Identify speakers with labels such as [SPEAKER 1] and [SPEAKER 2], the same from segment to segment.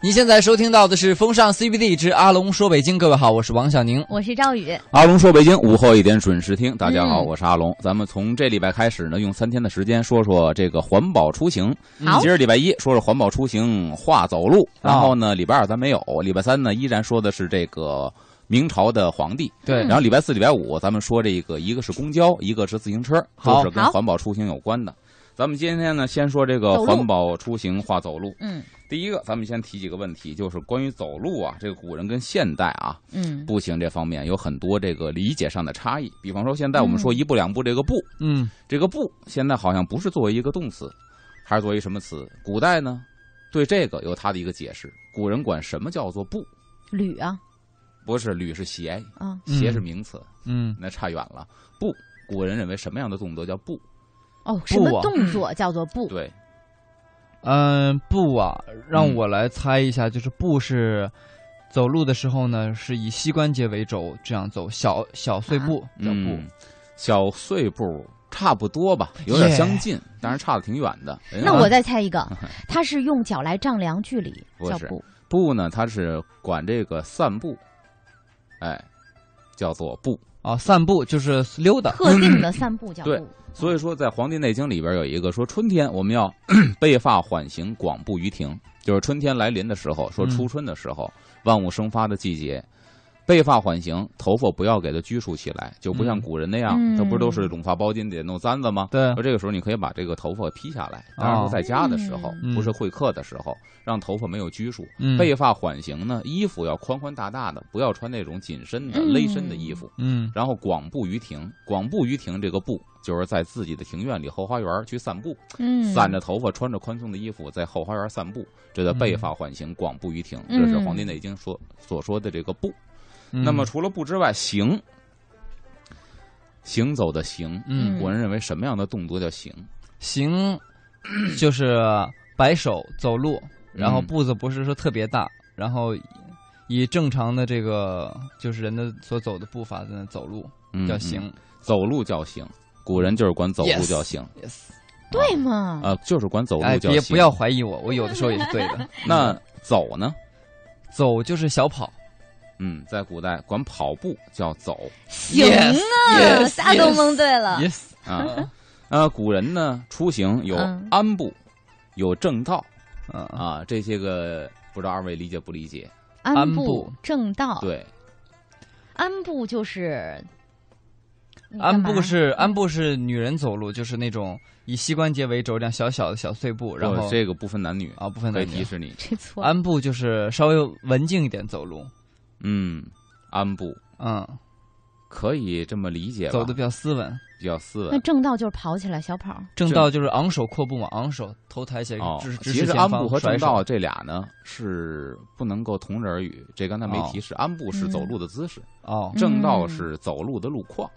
[SPEAKER 1] 您现在收听到的是《风尚 CBD 之阿龙说北京》，各位好，我是王小宁。
[SPEAKER 2] 我是赵宇，
[SPEAKER 3] 阿龙说：“北京午后一点准时听，大家好，
[SPEAKER 2] 嗯
[SPEAKER 3] 我是阿龙。咱们从这礼拜开始呢，用三天的时间说说这个环保出行。
[SPEAKER 2] 好
[SPEAKER 1] 嗯
[SPEAKER 2] 哦
[SPEAKER 3] 今儿礼拜一说说环保出行话走路，然后呢，礼拜二咱没有，礼拜三呢依然说的是这个明朝的皇帝，
[SPEAKER 1] 对
[SPEAKER 2] 嗯
[SPEAKER 3] 然后礼拜四、礼拜五咱们说这个一个是公交，一个是自行车，
[SPEAKER 1] 好
[SPEAKER 3] 都是跟
[SPEAKER 2] 好
[SPEAKER 3] 环保出行有关的。咱们今天呢，先说这个
[SPEAKER 2] 走路
[SPEAKER 3] 环保出行话走路。
[SPEAKER 2] 嗯
[SPEAKER 3] 第一个，咱们先提几个问题，就是关于走路啊，这个古人跟现代啊，
[SPEAKER 2] 嗯，
[SPEAKER 3] 步行这方面有很多这个理解上的差异。比方说，现在我们说一步两步这个步，
[SPEAKER 1] 嗯，
[SPEAKER 3] 这个步现在好像不是作为一个动词，还是作为什么词？古代呢，对这个有他的一个解释。古人管什么叫做步？
[SPEAKER 2] 铝啊
[SPEAKER 3] 不是履是鞋，
[SPEAKER 2] 啊，
[SPEAKER 1] 嗯
[SPEAKER 3] 鞋是名词，
[SPEAKER 1] 嗯，
[SPEAKER 3] 那差远了。步，古人认为什么样的动作叫步？
[SPEAKER 2] 哦，什么动作叫做步？
[SPEAKER 3] 对，
[SPEAKER 1] 嗯，步啊，让
[SPEAKER 3] 嗯
[SPEAKER 1] 我来猜一下，就是步是走路的时候呢，是以膝关节为轴这样走，小小碎步叫步。
[SPEAKER 3] 嗯小碎步差不多吧，有点
[SPEAKER 1] 耶
[SPEAKER 3] 相近，但是差的挺远的。人家
[SPEAKER 2] 那我再猜一个， 他是用脚来丈量距离，
[SPEAKER 3] 嗯不
[SPEAKER 2] 叫
[SPEAKER 3] 是
[SPEAKER 2] 步。
[SPEAKER 3] 步呢，它是管这个散步，哎，叫做步。
[SPEAKER 1] 啊，散步就是溜达。
[SPEAKER 2] 特定的散步叫
[SPEAKER 3] 对
[SPEAKER 2] 步。
[SPEAKER 3] 所以说，在《黄帝内经》里边有一个说，春天我们要 背发缓行，广步于庭，就是春天来临的时候，说
[SPEAKER 1] 嗯
[SPEAKER 3] 初春的时候，万物生发的季节。背发缓行，头发不要给它拘束起来，就不像
[SPEAKER 1] 嗯
[SPEAKER 3] 古人那样，
[SPEAKER 2] 嗯
[SPEAKER 3] 他不是都是拢发包巾得弄簪子吗？
[SPEAKER 1] 对
[SPEAKER 3] 而这个时候，你可以把这个头发披下来。当然
[SPEAKER 1] 哦
[SPEAKER 3] 说在家的时候，
[SPEAKER 1] 嗯
[SPEAKER 3] 不是会客的时候，让头发没有拘束。
[SPEAKER 1] 嗯，
[SPEAKER 3] 背发缓行呢，衣服要宽宽大大的，不要穿那种紧身的、勒身的衣服。
[SPEAKER 1] 嗯
[SPEAKER 3] 然后广步于庭，广步于庭这个步就是在自己的庭院里后花园儿去散步，
[SPEAKER 2] 嗯，
[SPEAKER 3] 散着头发，穿着宽松的衣服，在后花园散步，这
[SPEAKER 1] 嗯
[SPEAKER 3] 叫背发缓行，广步于庭。这是《黄帝内经说》所说的这个步。
[SPEAKER 1] 嗯，
[SPEAKER 3] 那么除了步之外，行，行走的行，
[SPEAKER 1] 嗯，
[SPEAKER 3] 古人认为什么样的动作叫行？
[SPEAKER 1] 行就是呃摆手走路，然后
[SPEAKER 3] 嗯
[SPEAKER 1] 步子不是说特别大，然后以以正常的这个就是人的所走的步伐在那走路
[SPEAKER 3] 嗯
[SPEAKER 1] 叫
[SPEAKER 3] 嗯
[SPEAKER 1] 行。
[SPEAKER 3] 走路叫行。古人就是管走路
[SPEAKER 1] Yes
[SPEAKER 3] 叫行，
[SPEAKER 1] Yes，
[SPEAKER 2] 对嘛？
[SPEAKER 3] 呃，就是管走路
[SPEAKER 1] 哎，
[SPEAKER 3] 叫
[SPEAKER 1] 别
[SPEAKER 3] 行。
[SPEAKER 1] 不要怀疑我，我有的时候也是对的。嗯
[SPEAKER 3] 那走呢？
[SPEAKER 1] 走就是小跑，
[SPEAKER 3] 嗯，在古代管跑步叫走
[SPEAKER 2] 行啊，
[SPEAKER 1] Yes，
[SPEAKER 2] 仨都蒙对了。
[SPEAKER 1] yes，
[SPEAKER 3] 啊。呃，古人呢出行有
[SPEAKER 2] 嗯
[SPEAKER 3] 鞍步，有正道
[SPEAKER 1] 嗯，
[SPEAKER 3] 啊，这些个不知道二位理解不理解？
[SPEAKER 2] 安
[SPEAKER 1] 安步
[SPEAKER 2] 正道，
[SPEAKER 3] 对，
[SPEAKER 2] 安步就是你干
[SPEAKER 1] 鞍
[SPEAKER 2] 嘛
[SPEAKER 1] 步是鞍步是女人走路，就是那种以膝关节为轴这样小小的小碎步，然
[SPEAKER 3] 我
[SPEAKER 1] 后
[SPEAKER 3] 这个不分男女，
[SPEAKER 1] 啊不分
[SPEAKER 3] 可以
[SPEAKER 1] 男
[SPEAKER 3] 提
[SPEAKER 1] 女。
[SPEAKER 3] 示你，
[SPEAKER 2] 这错了。
[SPEAKER 1] 鞍步就是稍微文静一点走路，
[SPEAKER 3] 嗯，鞍步
[SPEAKER 1] 嗯，
[SPEAKER 3] 可以这么理解吧？
[SPEAKER 1] 走的比较斯文。
[SPEAKER 3] 比较斯
[SPEAKER 2] 那
[SPEAKER 3] 文。
[SPEAKER 2] 正道就是跑起来，小跑。
[SPEAKER 1] 正道就是昂首阔步嘛，昂首头抬起来
[SPEAKER 3] 哦，，
[SPEAKER 1] 直直视
[SPEAKER 3] 其实
[SPEAKER 1] 前
[SPEAKER 3] 鞍
[SPEAKER 1] 方
[SPEAKER 3] 步和
[SPEAKER 1] 甩
[SPEAKER 3] 正
[SPEAKER 1] 手哦
[SPEAKER 3] 道这俩呢是不能够同日而语，这刚才没提示。鞍步是走路的姿势，
[SPEAKER 1] 哦
[SPEAKER 3] 正道
[SPEAKER 2] 嗯
[SPEAKER 3] 是走路的路况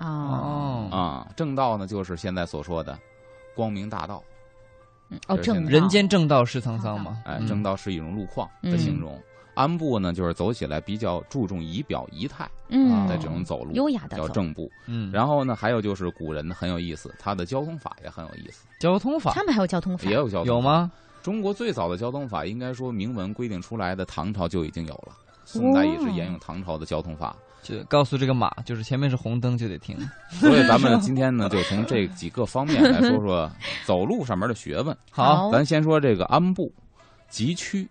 [SPEAKER 2] 哦
[SPEAKER 1] 哦，
[SPEAKER 3] 啊。正道呢就是现在所说的光明大道，
[SPEAKER 2] 哦，
[SPEAKER 3] 就是
[SPEAKER 2] 正道
[SPEAKER 1] 人间正道是沧桑嘛，
[SPEAKER 3] 哎，
[SPEAKER 1] 嗯
[SPEAKER 3] 正道是一种路况的形容。鞍步呢，就是走起来比较注重仪表仪态
[SPEAKER 2] 嗯
[SPEAKER 1] 啊
[SPEAKER 3] 的这种走路，
[SPEAKER 2] 优雅的
[SPEAKER 3] 叫
[SPEAKER 2] 走，
[SPEAKER 3] 正步。
[SPEAKER 1] 嗯，
[SPEAKER 3] 然后呢，还有就是古人很有意思，他的交通法也很有意思，
[SPEAKER 1] 交通法
[SPEAKER 2] 他们还嗯有交通法
[SPEAKER 3] 也有交通
[SPEAKER 1] 有？吗？
[SPEAKER 3] 中国最早的交通法应该说明文规定出来的，唐朝就已经有了，宋代一直沿用唐朝的交通法。
[SPEAKER 1] 就告诉这个马，就是前面是红灯就得停。
[SPEAKER 3] 所以咱们今天呢，就从这几个方面来说说 走路上面的学问。
[SPEAKER 1] 好，
[SPEAKER 2] 好
[SPEAKER 3] 咱先说这个鞍步、疾趋，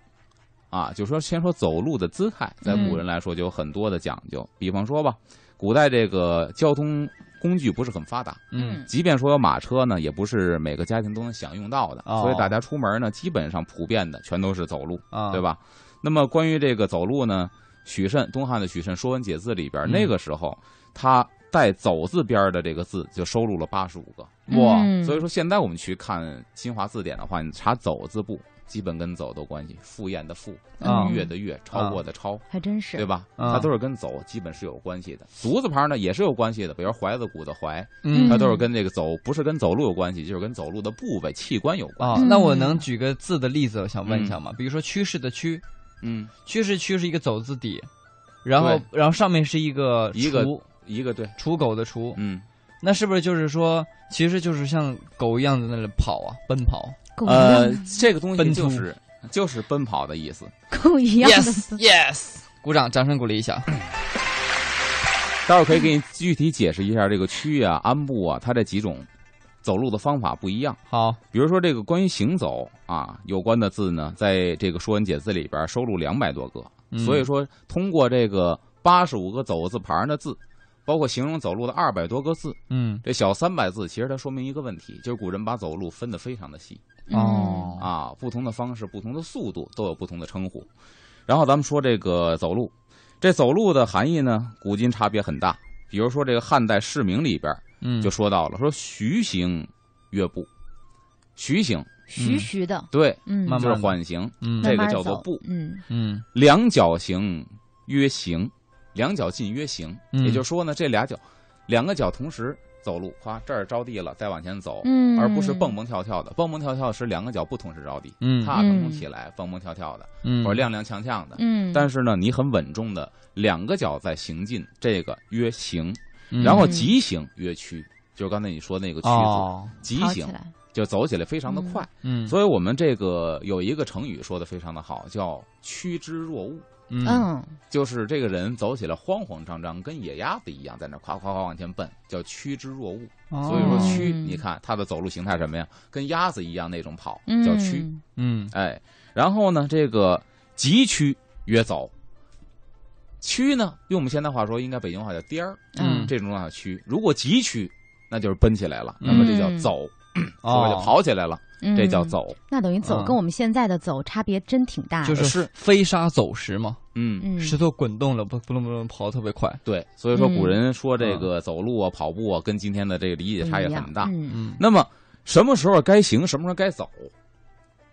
[SPEAKER 3] 啊，就说先说走路的姿态，在古人来说就有很多的讲究。比方说吧，古代这个交通工具不是很发达，
[SPEAKER 1] 嗯，
[SPEAKER 3] 即便说有马车呢，也不是每个家庭都能享用到的，
[SPEAKER 1] 哦
[SPEAKER 3] 所以大家出门呢，基本上普遍的全都是走路，
[SPEAKER 1] 啊，
[SPEAKER 3] 对？吧？那么关于这个走路呢，许慎，东汉的许慎，《说文解字》里边、
[SPEAKER 1] 嗯
[SPEAKER 3] 那个时候他。带“走”字边儿的这个字就收录了八十五个，
[SPEAKER 1] 哇
[SPEAKER 2] 嗯
[SPEAKER 3] 所以说现在我们去看新华字典的话，你查“走”字部，基本跟“走”都有关系，赴宴的“赴”，
[SPEAKER 1] 啊
[SPEAKER 3] 愉悦的“悦”，超过的“超”，
[SPEAKER 2] 嗯还真是
[SPEAKER 3] 对吧？
[SPEAKER 1] 啊
[SPEAKER 3] 它都是跟“走”基本是有关系的。足字旁呢也是有关系的，比如怀子骨的“怀”，
[SPEAKER 1] 嗯
[SPEAKER 3] 它都是跟这个走，不是跟走路有关系，就是跟走路的部位、器官有关。
[SPEAKER 1] 啊，
[SPEAKER 2] 嗯
[SPEAKER 1] 那我能举个字的例子，我想问一下吗？比如说趋势的趋，
[SPEAKER 3] 嗯，
[SPEAKER 1] 趋势趋是一个走字底，然后然后上面是一个
[SPEAKER 3] 一个
[SPEAKER 1] 刍
[SPEAKER 3] 一个对，
[SPEAKER 1] 刍狗的刍，
[SPEAKER 3] 嗯，
[SPEAKER 1] 那是不是就是说，其实就是像狗一样在那里跑啊，奔跑？
[SPEAKER 2] 狗
[SPEAKER 3] 呃
[SPEAKER 2] 一样，
[SPEAKER 3] 这个东西
[SPEAKER 1] 奔
[SPEAKER 3] 就是就是奔跑的意思。
[SPEAKER 2] 跟我一样的
[SPEAKER 1] Yes Yes，鼓掌，掌声鼓励一下。
[SPEAKER 3] 待会儿可以给你具体解释一下这个区啊、鞍步啊，它这几种走路的方法不一样。
[SPEAKER 1] 好，
[SPEAKER 3] 比如说这个关于行走啊有关的字呢，在这个《说文解字》里边收录两百多个，
[SPEAKER 1] 嗯
[SPEAKER 3] 所以说通过这个八十五个走字旁的字，包括形容走路的二百多个字，
[SPEAKER 1] 嗯，
[SPEAKER 3] 这小三百字，其实它说明一个问题，就是古人把走路分得非常的细
[SPEAKER 2] 嗯
[SPEAKER 1] 哦，
[SPEAKER 3] 啊，不同的方式、不同的速度都有不同的称呼。然后咱们说这个走路，这走路的含义呢，古今差别很大。比如说这个汉代释名里边
[SPEAKER 1] 嗯，
[SPEAKER 3] 就说到了，说徐行乐步，徐行
[SPEAKER 2] 徐徐的，
[SPEAKER 3] 对，
[SPEAKER 2] 嗯，
[SPEAKER 1] 慢慢
[SPEAKER 3] 就是缓行，
[SPEAKER 1] 嗯
[SPEAKER 3] 这
[SPEAKER 2] 慢
[SPEAKER 3] 个
[SPEAKER 2] 慢
[SPEAKER 3] 叫做
[SPEAKER 2] 走
[SPEAKER 3] 步，
[SPEAKER 2] 嗯
[SPEAKER 1] 嗯
[SPEAKER 3] 两脚行曰行，两脚进曰行，
[SPEAKER 1] 嗯
[SPEAKER 3] 也就是说呢，这俩脚，两个脚同时走路，夸这儿着地了，再往前走，
[SPEAKER 2] 嗯，
[SPEAKER 3] 而不是蹦蹦跳跳的。蹦蹦跳跳是两个脚不同时着地，
[SPEAKER 1] 嗯
[SPEAKER 3] 踏腾空起来，蹦蹦跳跳的，
[SPEAKER 1] 嗯，
[SPEAKER 3] 或者踉踉跄跄的。
[SPEAKER 2] 嗯，
[SPEAKER 3] 但
[SPEAKER 2] 是
[SPEAKER 3] 是呢，你很稳重的两个脚在行进，这个曰行，
[SPEAKER 1] 嗯，
[SPEAKER 3] 然后急行曰趋，就是刚才你说那个趋字，
[SPEAKER 1] 哦，
[SPEAKER 3] 急行
[SPEAKER 2] 来，
[SPEAKER 3] 就走起来非常的快。
[SPEAKER 1] 嗯，
[SPEAKER 3] 所以我们这个有一个成语说的非常的好，叫趋之若鹜。
[SPEAKER 1] 嗯
[SPEAKER 2] 嗯
[SPEAKER 3] 就是这个人走起来慌慌张张，跟野鸭子一样，在那夸夸夸往前奔，叫趋之若鹜。
[SPEAKER 1] 哦
[SPEAKER 3] 所以说
[SPEAKER 2] 趋
[SPEAKER 3] 趋，
[SPEAKER 2] 嗯
[SPEAKER 3] 你看它的走路形态什么呀？跟鸭子一样那种跑，
[SPEAKER 2] 嗯，
[SPEAKER 3] 叫趋。
[SPEAKER 1] 嗯
[SPEAKER 3] 哎，然后呢，这个急趋曰走。趋呢，用我们现代话说，应该北京话叫颠儿，
[SPEAKER 1] 嗯
[SPEAKER 3] 这种叫趋。如果急趋，那就是奔起来了，那么这叫
[SPEAKER 2] 嗯
[SPEAKER 3] 走，或
[SPEAKER 1] 哦
[SPEAKER 3] 者就，跑起来了，
[SPEAKER 2] 嗯，
[SPEAKER 3] 这叫走。
[SPEAKER 2] 那等于走
[SPEAKER 1] 嗯
[SPEAKER 2] 跟我们现在的走差别真挺大的，
[SPEAKER 1] 就是
[SPEAKER 3] 呃是
[SPEAKER 1] 飞沙走石嘛，
[SPEAKER 3] 嗯，
[SPEAKER 2] 嗯，
[SPEAKER 1] 石头滚动了，不不不不跑得特别快。
[SPEAKER 3] 对。所以说，古
[SPEAKER 2] 嗯
[SPEAKER 3] 人说这个走路啊、跑步啊，跟今天的这个理解差异很大。
[SPEAKER 2] 不一样嗯，
[SPEAKER 1] 嗯
[SPEAKER 3] 那么什么时候该行，什么时候该走，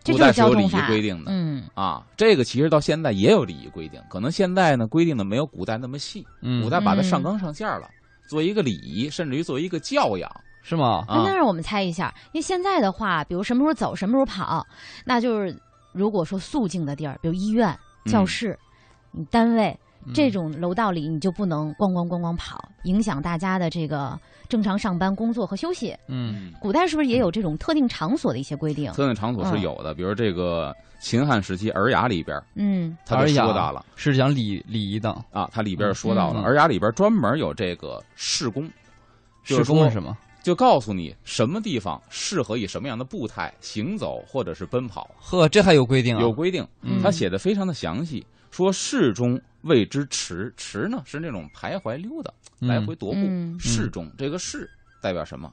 [SPEAKER 2] 这就
[SPEAKER 3] 古
[SPEAKER 2] 是
[SPEAKER 3] 代是
[SPEAKER 2] 交
[SPEAKER 3] 有礼
[SPEAKER 2] 通
[SPEAKER 3] 仪
[SPEAKER 2] 法
[SPEAKER 3] 规定的、
[SPEAKER 2] 嗯
[SPEAKER 3] 啊。这个其实到现在也有礼仪规定，可能现在呢规定的没有古代那么细，
[SPEAKER 1] 嗯，
[SPEAKER 3] 古代把它上纲上线了，作为一个礼仪，甚至于作为一个教养
[SPEAKER 1] 是吗？
[SPEAKER 2] 那那
[SPEAKER 3] 啊。
[SPEAKER 2] 让我们猜一下，因为现在的话，比如什么时候走，什么时候跑，那就是如果说肃静的地儿，比如医院、
[SPEAKER 3] 嗯
[SPEAKER 2] 教室、你单位
[SPEAKER 1] 嗯
[SPEAKER 2] 这种楼道里，你就不能咣咣咣咣跑，影响大家的这个正常上班、工作和休息。
[SPEAKER 1] 嗯
[SPEAKER 3] 嗯
[SPEAKER 2] 古代是不是也有这种特定场所的一些规定？
[SPEAKER 3] 特定场所是有的，比如这个秦汉时期《尔雅》里边，
[SPEAKER 2] 嗯
[SPEAKER 3] 他就
[SPEAKER 1] 尔
[SPEAKER 3] 说
[SPEAKER 1] 雅
[SPEAKER 3] 到了
[SPEAKER 1] 是讲礼礼仪的，
[SPEAKER 3] 啊，它里边说到了
[SPEAKER 1] 嗯
[SPEAKER 3] 《尔雅》里边专门有这个事工，就是
[SPEAKER 1] 施工
[SPEAKER 3] 说
[SPEAKER 1] 是什么？
[SPEAKER 3] 就告诉你什么地方适合以什么样的步态行走或者是奔跑，
[SPEAKER 1] 呵，这还有规定啊？
[SPEAKER 3] 有规定。
[SPEAKER 1] 嗯，
[SPEAKER 3] 他写的非常的详细，说适中谓之驰，驰呢是那种徘徊溜达、
[SPEAKER 1] 嗯
[SPEAKER 3] 来回踱步。
[SPEAKER 2] 嗯
[SPEAKER 3] 适中这个适代表什么？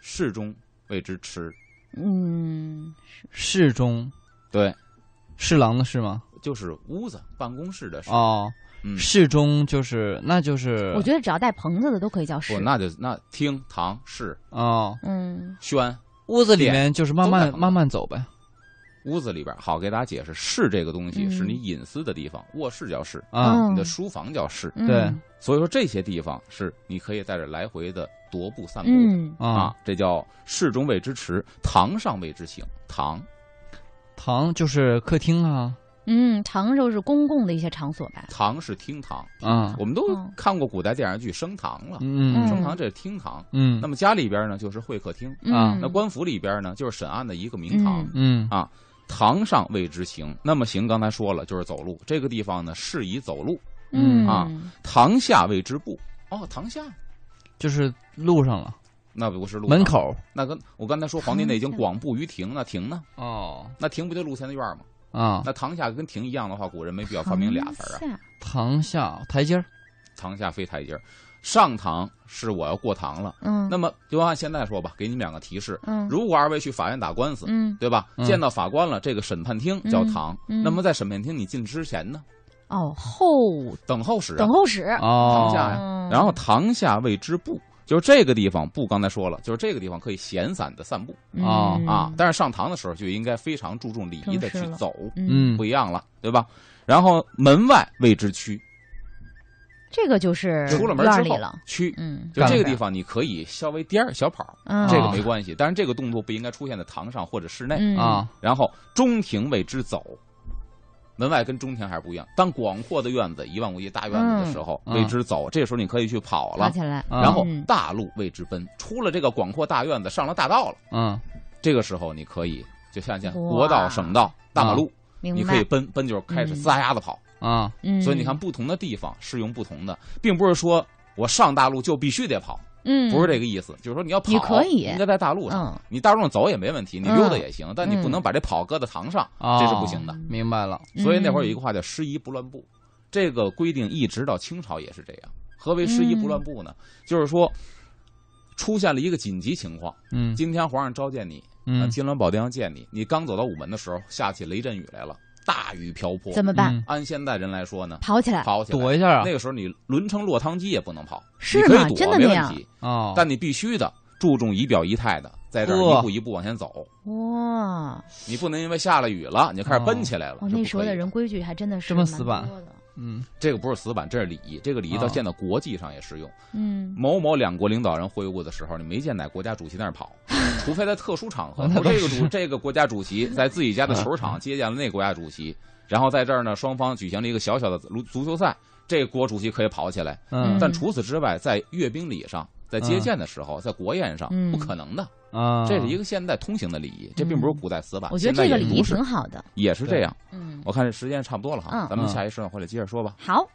[SPEAKER 3] 适中谓之驰，
[SPEAKER 2] 嗯，
[SPEAKER 1] 侍中
[SPEAKER 3] 对，
[SPEAKER 1] 侍郎的侍吗？
[SPEAKER 3] 就是屋子、办公室的事。
[SPEAKER 1] 哦，
[SPEAKER 3] 嗯，
[SPEAKER 1] 侍中就是那就是
[SPEAKER 2] 我觉得只要带棚子的都可以叫
[SPEAKER 3] 不，
[SPEAKER 2] 室。
[SPEAKER 3] 那就那厅堂室
[SPEAKER 1] 哦，
[SPEAKER 2] 嗯
[SPEAKER 3] 轩
[SPEAKER 1] 屋子里面就是慢
[SPEAKER 3] 都在
[SPEAKER 1] 慢
[SPEAKER 3] 旁边
[SPEAKER 1] 慢慢走呗。
[SPEAKER 3] 屋子里边，好给大家解释，室这个东西
[SPEAKER 2] 嗯
[SPEAKER 3] 是你隐私的地方，卧室叫室，
[SPEAKER 1] 啊，
[SPEAKER 2] 嗯
[SPEAKER 3] 你的书房叫室，
[SPEAKER 2] 嗯
[SPEAKER 1] 对
[SPEAKER 3] 所以说这些地方是你可以在这来回的踱步散步的。
[SPEAKER 2] 嗯
[SPEAKER 1] 啊
[SPEAKER 3] 啊，，这叫室中谓之驰，堂上谓之行。堂
[SPEAKER 1] 堂就是客厅啊，
[SPEAKER 2] 嗯，常就是公共的一些场所吧。
[SPEAKER 3] 堂是厅堂，
[SPEAKER 1] 啊，
[SPEAKER 3] 我们都
[SPEAKER 2] 嗯
[SPEAKER 3] 看过古代电视剧升堂了，
[SPEAKER 1] 嗯
[SPEAKER 3] 升堂这是厅堂。
[SPEAKER 1] 嗯
[SPEAKER 3] 那么家里边呢就是会客厅，
[SPEAKER 1] 啊
[SPEAKER 2] 嗯
[SPEAKER 3] 那官府里边呢就是审案的一个明堂
[SPEAKER 2] 嗯。
[SPEAKER 1] 嗯
[SPEAKER 3] 堂上谓之行，那么行刚才说了就是走路，这个地方呢适宜走路。
[SPEAKER 2] 嗯
[SPEAKER 3] 啊堂下谓之步，哦，堂下
[SPEAKER 1] 就是路上了，
[SPEAKER 3] 那不是路
[SPEAKER 1] 门
[SPEAKER 3] 上，
[SPEAKER 1] 口
[SPEAKER 3] 那跟我刚才说《黄帝内经》
[SPEAKER 2] 堂下
[SPEAKER 3] 广步于庭，那庭呢？
[SPEAKER 1] 哦
[SPEAKER 3] 那庭不就路前的院吗？
[SPEAKER 1] 啊，
[SPEAKER 3] 那堂下跟庭一样的话，古人没必要发明俩词儿啊。
[SPEAKER 2] 啊。
[SPEAKER 1] 堂下台阶儿，
[SPEAKER 3] 堂下非台阶儿，上堂是我要过堂了。
[SPEAKER 2] 嗯，
[SPEAKER 3] 那么就按现在说吧，给你们两个提示：
[SPEAKER 2] 嗯
[SPEAKER 3] 如果二位去法院打官司，
[SPEAKER 2] 嗯
[SPEAKER 3] 对吧？
[SPEAKER 1] 嗯
[SPEAKER 3] 见到法官了，这个审判厅叫堂。
[SPEAKER 2] 嗯嗯
[SPEAKER 3] 那么在审判厅你进之前呢，
[SPEAKER 2] 哦后
[SPEAKER 3] 等候室啊、
[SPEAKER 2] 等候室，
[SPEAKER 1] 哦
[SPEAKER 3] 堂下呀、
[SPEAKER 2] 嗯
[SPEAKER 3] 然后堂下谓之步，就是这个地方步。刚才说了，就是这个地方可以闲散的散步、
[SPEAKER 1] 哦
[SPEAKER 2] 嗯
[SPEAKER 3] 啊。但是上堂的时候就应该非常注重礼仪的
[SPEAKER 2] 正
[SPEAKER 3] 去
[SPEAKER 2] 式了
[SPEAKER 3] 走，
[SPEAKER 2] 嗯，
[SPEAKER 1] 嗯
[SPEAKER 3] 不一样了，对吧？然后门外谓之区，
[SPEAKER 2] 这个就是
[SPEAKER 3] 出了门
[SPEAKER 2] 院儿
[SPEAKER 3] 之
[SPEAKER 2] 里
[SPEAKER 3] 后
[SPEAKER 2] 了，
[SPEAKER 3] 区。
[SPEAKER 2] 嗯
[SPEAKER 3] 就这个地方，你可以稍微颠儿小跑，
[SPEAKER 2] 嗯，
[SPEAKER 3] 这
[SPEAKER 1] 啊
[SPEAKER 3] 个没关系。但是这个动作不应该出现在堂上或者室内。
[SPEAKER 2] 嗯
[SPEAKER 1] 啊，
[SPEAKER 3] 然后中庭为之走，门外跟中庭还是不一样。当广阔的院子一望无际大院子的时候，
[SPEAKER 1] 嗯
[SPEAKER 3] 为之走，这时候你可以去跑
[SPEAKER 2] 跑
[SPEAKER 3] 了。
[SPEAKER 2] 起来，
[SPEAKER 1] 啊
[SPEAKER 3] 然后
[SPEAKER 2] 嗯
[SPEAKER 3] 大路为之奔，出了这个广阔大院子，上了大道了，
[SPEAKER 1] 嗯
[SPEAKER 3] 这个时候你可以就像像
[SPEAKER 2] 哇
[SPEAKER 3] 国道、省道、大马路，
[SPEAKER 2] 明白？
[SPEAKER 3] 你可以奔奔就是开始
[SPEAKER 2] 嗯
[SPEAKER 3] 撒丫子跑。
[SPEAKER 1] 啊，
[SPEAKER 2] 嗯，
[SPEAKER 3] 所以你看，不同的地方适用不同的，并不是说我上大陆就必须得跑，
[SPEAKER 2] 嗯，
[SPEAKER 3] 不是这个意思。就是说你要跑，
[SPEAKER 2] 你可以
[SPEAKER 3] 应该在大路上，
[SPEAKER 2] 嗯，
[SPEAKER 3] 你大路上走也没问题，你
[SPEAKER 2] 嗯
[SPEAKER 3] 溜达也行，但你不
[SPEAKER 2] 嗯
[SPEAKER 3] 能把这跑搁在堂上，
[SPEAKER 1] 哦
[SPEAKER 3] 这是不行的。
[SPEAKER 1] 明白了，
[SPEAKER 2] 嗯
[SPEAKER 3] 所以那会儿有一个话叫“失仪不乱步”，这个规定一直到清朝也是这样。何为“失仪
[SPEAKER 2] 嗯
[SPEAKER 3] 不乱步”呢？就是说，出现了一个紧急情况，
[SPEAKER 1] 嗯
[SPEAKER 3] 今天皇上召见你，啊，
[SPEAKER 1] 嗯，
[SPEAKER 3] 金銮宝殿要见你，你刚走到午门的时候，下起雷阵雨来了，大雨瓢泼。
[SPEAKER 2] 怎么办？
[SPEAKER 1] 嗯
[SPEAKER 3] 按现在人来说呢，
[SPEAKER 2] 跑起来
[SPEAKER 3] 跑起来
[SPEAKER 1] 躲一下啊
[SPEAKER 3] 那，个时候你抡成落汤鸡也不能跑，
[SPEAKER 2] 是
[SPEAKER 3] 你可
[SPEAKER 2] 吗
[SPEAKER 3] 以？躲
[SPEAKER 2] 真的
[SPEAKER 3] 没
[SPEAKER 2] 那
[SPEAKER 3] 问
[SPEAKER 2] 样？啊
[SPEAKER 3] 题，
[SPEAKER 1] 哦，
[SPEAKER 3] 但你必须的注重仪表仪态的，在这儿
[SPEAKER 1] 呵
[SPEAKER 2] 哦
[SPEAKER 3] 一步一步往前走，
[SPEAKER 2] 哇，
[SPEAKER 3] 你不能因为下了雨了你就开始奔起来了。
[SPEAKER 2] 哦，
[SPEAKER 3] 是不
[SPEAKER 2] 那时候
[SPEAKER 3] 可以
[SPEAKER 2] 的人规矩还真的是
[SPEAKER 1] 这么死板
[SPEAKER 2] 蛮多的，
[SPEAKER 1] 嗯
[SPEAKER 3] 这个不是死板，这是礼仪，这个礼
[SPEAKER 2] 啊
[SPEAKER 3] 仪到
[SPEAKER 1] 哦
[SPEAKER 3] 现在国际上也适用。
[SPEAKER 2] 嗯，
[SPEAKER 3] 某某两国领导人会晤的时候，你没见哪国家主席那 儿跑，除非在特殊场
[SPEAKER 2] 哦
[SPEAKER 3] 合。
[SPEAKER 1] 那
[SPEAKER 3] 说
[SPEAKER 1] 倒
[SPEAKER 3] 这个
[SPEAKER 1] 是
[SPEAKER 3] 主这个国家主 席在自己家的球
[SPEAKER 2] 嗯
[SPEAKER 3] 场接见了那国家主席，然后在这儿呢，双方举行了一个小小的足足球赛，这国主席可以跑起来。
[SPEAKER 1] 嗯
[SPEAKER 3] 但除此之外，在阅兵礼上，在接见的时候，在国宴上，
[SPEAKER 2] 嗯
[SPEAKER 3] 不可能的。
[SPEAKER 1] 啊，
[SPEAKER 3] 这是一个现代通行的礼仪，这并不是古代死板。
[SPEAKER 2] 嗯我觉得
[SPEAKER 3] 啊现在
[SPEAKER 2] 这个
[SPEAKER 3] 也
[SPEAKER 2] 礼
[SPEAKER 3] 不
[SPEAKER 2] 仪
[SPEAKER 3] 是
[SPEAKER 2] 挺好的，
[SPEAKER 3] 也是这样。
[SPEAKER 2] 嗯，
[SPEAKER 3] 我看这时间差不多了哈，
[SPEAKER 2] 嗯
[SPEAKER 3] 咱们
[SPEAKER 1] 嗯
[SPEAKER 3] 下一时段回来接着说吧。
[SPEAKER 2] 好，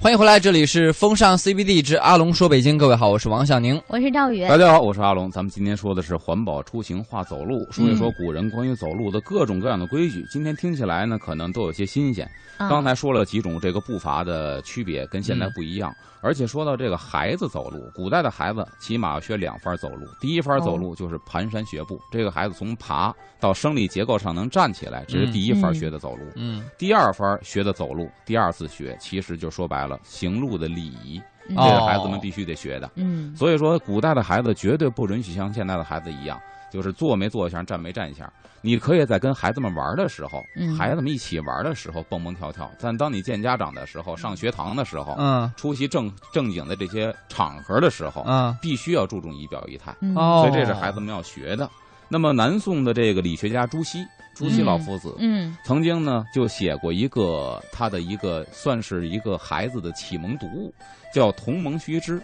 [SPEAKER 1] 欢迎回来，这里是风尚 CBD 之阿龙说北京，各位好，我是王小宁。
[SPEAKER 2] 我是赵宇，
[SPEAKER 3] 大家好，我是阿龙。咱们今天说的是环保出行化走路，说一说
[SPEAKER 1] 嗯
[SPEAKER 3] 古人关于走路的各种各样的规矩。今天听起来呢，可能都有些新鲜。
[SPEAKER 2] 啊
[SPEAKER 3] 刚才说了几种这个步伐的区别，跟现在
[SPEAKER 1] 嗯
[SPEAKER 3] 不一样。而且说到这个孩子走路，古代的孩子起码要学两番走路。第一番走
[SPEAKER 1] 哦
[SPEAKER 3] 路就是蹒跚学步，这个孩子从爬到生理结构上能站起来，这是第一番
[SPEAKER 2] 嗯
[SPEAKER 3] 学的走路。
[SPEAKER 1] 嗯，
[SPEAKER 3] 第二番学的走路，第二次学，其实就说白了，行路的礼仪，
[SPEAKER 2] 嗯
[SPEAKER 3] 这是
[SPEAKER 1] 哦
[SPEAKER 3] 孩子们必须得学的。
[SPEAKER 2] 嗯
[SPEAKER 3] 所以说，古代的孩子绝对不允许像现在的孩子一样，就是坐没坐相，站没站相。你可以在跟孩子们玩的时候，
[SPEAKER 2] 嗯
[SPEAKER 3] 孩子们一起玩的时候蹦蹦跳跳，但当你见家长的时候，上学堂的时候，
[SPEAKER 1] 嗯
[SPEAKER 3] 出席正正经的这些场合的时候，
[SPEAKER 1] 嗯，
[SPEAKER 3] 必须要注重仪表仪态。
[SPEAKER 2] 嗯
[SPEAKER 1] 哦
[SPEAKER 3] 所以这是孩子们要学的。那么南宋的这个理学家朱熹，朱熹老夫子，
[SPEAKER 2] 嗯
[SPEAKER 3] 曾经呢就写过一个他的一个算是一个孩子的启蒙读物，叫《同盟须知》，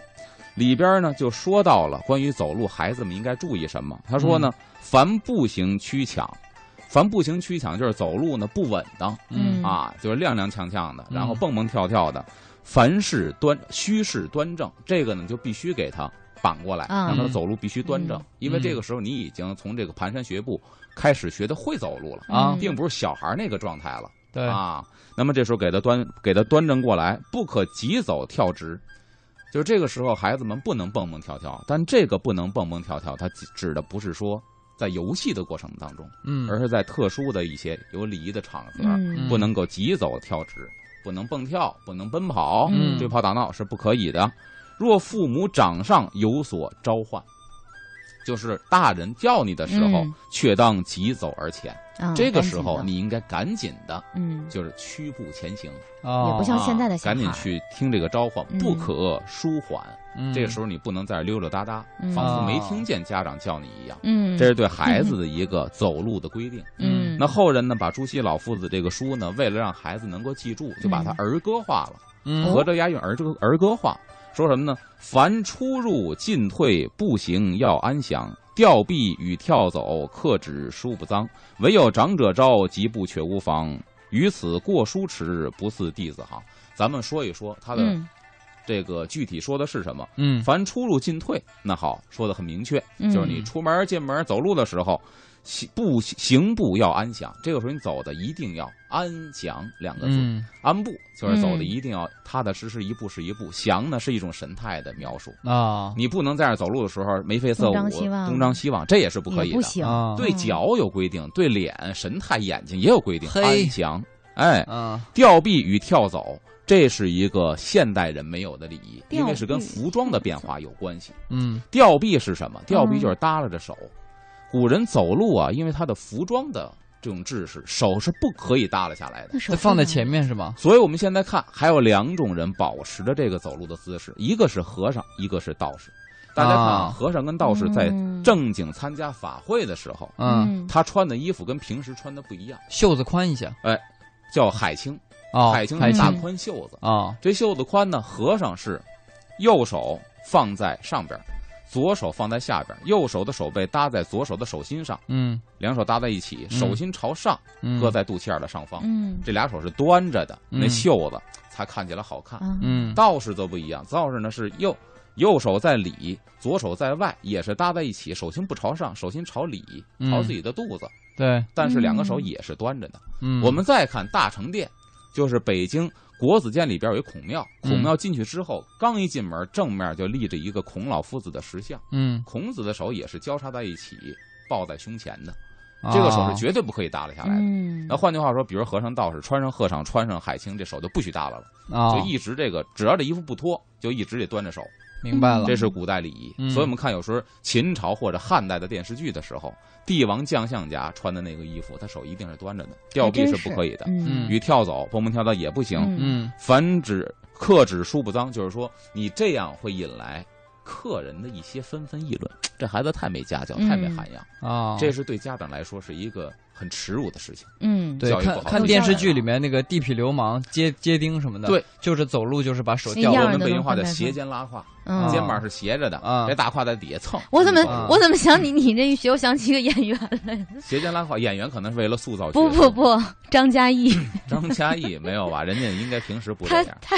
[SPEAKER 3] 里边呢就说到了关于走路孩子们应该注意什么。他说呢，凡步行趋抢，凡步行趋抢就是走路呢不稳当
[SPEAKER 2] 嗯
[SPEAKER 3] 啊，就是踉踉跄跄的，
[SPEAKER 1] 嗯
[SPEAKER 3] 然后蹦蹦跳跳的。凡事端虚事端正，这个呢就必须给他绑过来，
[SPEAKER 2] 嗯
[SPEAKER 3] 让他走路必须端正
[SPEAKER 2] 嗯，
[SPEAKER 3] 因为
[SPEAKER 1] 嗯
[SPEAKER 3] 这个时候你已经从这个蹒跚学步开始学的会走路了。
[SPEAKER 1] 啊
[SPEAKER 2] 嗯
[SPEAKER 3] 并不是小孩儿那个状态了
[SPEAKER 1] 对，
[SPEAKER 3] 啊。那么这时候给他端给他端正过来，不可急走跳直。就这个时候，孩子们不能蹦蹦跳跳，但这个不能蹦蹦跳跳，它指指的不是说在游戏的过程当中，
[SPEAKER 1] 嗯，
[SPEAKER 3] 而是在特殊的一些有礼仪的场合，
[SPEAKER 2] 嗯
[SPEAKER 3] 不能够急走跳直，不能蹦跳，不能奔跑，
[SPEAKER 2] 嗯
[SPEAKER 3] 追跑打闹是不可以的。若父母掌上有所召唤，就是大人叫你的时候，
[SPEAKER 2] 嗯
[SPEAKER 3] 却当急走而前。
[SPEAKER 2] 啊
[SPEAKER 3] 这个时候
[SPEAKER 2] 赶紧
[SPEAKER 3] 你应该赶紧的，
[SPEAKER 2] 的嗯
[SPEAKER 3] 就是屈步前行，
[SPEAKER 1] 哦
[SPEAKER 2] 也不像
[SPEAKER 3] 啊
[SPEAKER 2] 现在的小孩
[SPEAKER 3] 赶紧去听这个召唤
[SPEAKER 2] 嗯，
[SPEAKER 3] 不可舒缓。
[SPEAKER 1] 嗯
[SPEAKER 3] 这个时候你不能在这儿溜溜达达，
[SPEAKER 2] 嗯
[SPEAKER 3] 仿佛没听见家长叫你一样。
[SPEAKER 2] 嗯
[SPEAKER 3] 这是对孩子的一个走路的规定。
[SPEAKER 2] 嗯
[SPEAKER 3] 那后人呢，把朱熹老夫子这个书呢，为了让孩子能够记住，就把它儿歌化了，
[SPEAKER 1] 嗯
[SPEAKER 3] 合着押韵儿歌儿歌化，说什么呢？凡出入进退步行要安详，吊臂与跳走克止殊不脏，唯有长者招，疾步却无妨。于此过书迟，不似弟子行。咱们说一说他的
[SPEAKER 2] 嗯
[SPEAKER 3] 这个具体说的是什么？
[SPEAKER 1] 嗯
[SPEAKER 3] 凡出入进退，那好，说的很明确，
[SPEAKER 2] 嗯
[SPEAKER 3] 就是你出门进门走路的时候，行步行步要安详。这个时候你走的一定要安详两个字，
[SPEAKER 1] 嗯
[SPEAKER 3] 安步就是走的
[SPEAKER 2] 嗯
[SPEAKER 3] 一定要踏踏实实，一步是一步。详呢是一种神态的描述，
[SPEAKER 1] 啊
[SPEAKER 3] 你不能在这儿走路的时候眉飞色舞，
[SPEAKER 2] 东张西望
[SPEAKER 3] 东张西望，这也是不可以
[SPEAKER 2] 也
[SPEAKER 3] 的。
[SPEAKER 2] 不行
[SPEAKER 1] 啊
[SPEAKER 3] 对脚有规定，对脸、神态、眼睛也有规定，
[SPEAKER 1] 嘿
[SPEAKER 3] 安详。哎，
[SPEAKER 1] 啊
[SPEAKER 3] 吊臂与跳走，这是一个现代人没有的礼仪，因为是跟
[SPEAKER 2] 吊臂
[SPEAKER 3] 服装的变化有关系。
[SPEAKER 1] 嗯
[SPEAKER 3] 吊臂是什么？吊
[SPEAKER 2] 嗯
[SPEAKER 3] 臂就是耷拉着手。古人走路啊，因为他的服装的这种制式，手是不可以耷拉下来的
[SPEAKER 2] 那。手
[SPEAKER 1] 这放在
[SPEAKER 2] 放哪
[SPEAKER 1] 前面是吧？
[SPEAKER 3] 所以我们现在看，还有两种人保持着这个走路的姿势，一个是和尚，一个是道士。大家看
[SPEAKER 1] 啊
[SPEAKER 3] 和尚跟道士在
[SPEAKER 2] 嗯
[SPEAKER 3] 正经参加法会的时候，
[SPEAKER 1] 嗯，
[SPEAKER 3] 他穿的衣服跟平时穿的不一样，
[SPEAKER 1] 袖子宽一些
[SPEAKER 3] 叫海青。
[SPEAKER 1] 哦，
[SPEAKER 3] 海青
[SPEAKER 1] 海
[SPEAKER 3] 是
[SPEAKER 1] 清
[SPEAKER 3] 大宽袖子，
[SPEAKER 1] 啊
[SPEAKER 3] 这袖子宽呢，和尚是右手放在上边儿，左手放在下边，右手的手背搭在左手的手心上，
[SPEAKER 1] 嗯
[SPEAKER 3] 两手搭在一起，
[SPEAKER 1] 嗯
[SPEAKER 3] 手心朝上，
[SPEAKER 1] 嗯，
[SPEAKER 3] 搁在肚脐眼的上方。
[SPEAKER 2] 嗯
[SPEAKER 3] 这俩手是端着的，那
[SPEAKER 1] 嗯
[SPEAKER 3] 袖子才看起来好看。
[SPEAKER 2] 啊
[SPEAKER 1] 嗯
[SPEAKER 3] 道士则不一样，道士呢是右右手在里，左手在外，也是搭在一起，手心不朝上，手心朝里，
[SPEAKER 1] 嗯
[SPEAKER 3] 朝自己的肚子，
[SPEAKER 1] 对，
[SPEAKER 3] 但是两个手
[SPEAKER 2] 嗯
[SPEAKER 3] 也是端着的。
[SPEAKER 1] 嗯，
[SPEAKER 3] 我们再看大成殿，就是北京国子监里边有一孔庙，
[SPEAKER 1] 嗯
[SPEAKER 3] 孔庙进去之后，刚一进门，正面就立着一个孔老夫子的石像，
[SPEAKER 1] 嗯，
[SPEAKER 3] 孔子的手也是交叉在一起，抱在胸前的，
[SPEAKER 1] 啊
[SPEAKER 3] 这个手是绝对不可以耷拉下来的。
[SPEAKER 2] 嗯
[SPEAKER 3] 那换句话说，比如和尚、道士穿上和尚、穿上海清，这手就不许耷拉了，
[SPEAKER 1] 啊
[SPEAKER 3] 就一直这个，只要这衣服不脱，就一直得端着手。
[SPEAKER 1] 明白了，
[SPEAKER 3] 这是古代礼仪。
[SPEAKER 1] 嗯
[SPEAKER 3] 所以我们看，有时候秦朝或者汉代的电视剧的时候，帝王将相家穿的那个衣服，他手一定是端着的，吊臂
[SPEAKER 2] 真
[SPEAKER 3] 是不可以的，
[SPEAKER 1] 嗯
[SPEAKER 2] 嗯
[SPEAKER 3] 与跳蚤、蹦蹦跳蚤也不行。
[SPEAKER 2] 嗯
[SPEAKER 1] 嗯
[SPEAKER 3] 凡指克止书不脏，就是说你这样会引来客人的一些纷纷议论。这孩子太没家教，太
[SPEAKER 2] 嗯
[SPEAKER 3] 没涵养，
[SPEAKER 1] 啊，
[SPEAKER 3] 这是对家长来说是一个很耻辱的事情。
[SPEAKER 2] 嗯，
[SPEAKER 1] 对
[SPEAKER 3] 教育不
[SPEAKER 1] 看
[SPEAKER 3] 好
[SPEAKER 1] 看
[SPEAKER 2] 有
[SPEAKER 1] 电
[SPEAKER 2] 效
[SPEAKER 1] 视
[SPEAKER 2] 率
[SPEAKER 1] 剧里面那个地痞流氓、街街丁什么的，
[SPEAKER 3] 对，
[SPEAKER 1] 就是走路就是把手
[SPEAKER 2] 是一
[SPEAKER 1] 吊
[SPEAKER 2] 样
[SPEAKER 1] 着
[SPEAKER 3] 我们
[SPEAKER 2] 的
[SPEAKER 3] 北京
[SPEAKER 2] 都
[SPEAKER 3] 话叫
[SPEAKER 2] 很难
[SPEAKER 3] 斜
[SPEAKER 2] 说
[SPEAKER 3] 肩拉胯，
[SPEAKER 2] 嗯
[SPEAKER 3] 肩膀是斜着的，
[SPEAKER 1] 啊
[SPEAKER 3] 这大胯在底下蹭。
[SPEAKER 2] 我怎么
[SPEAKER 3] 啊
[SPEAKER 2] 我怎么想你你这一学，我想起一个演员来，
[SPEAKER 3] 斜肩拉胯？演员可能是为了塑造
[SPEAKER 2] 不
[SPEAKER 3] 角色
[SPEAKER 2] 不不，张嘉译，
[SPEAKER 3] 张嘉译没有吧？人家应该平时不这
[SPEAKER 2] 他
[SPEAKER 3] 样。
[SPEAKER 2] 他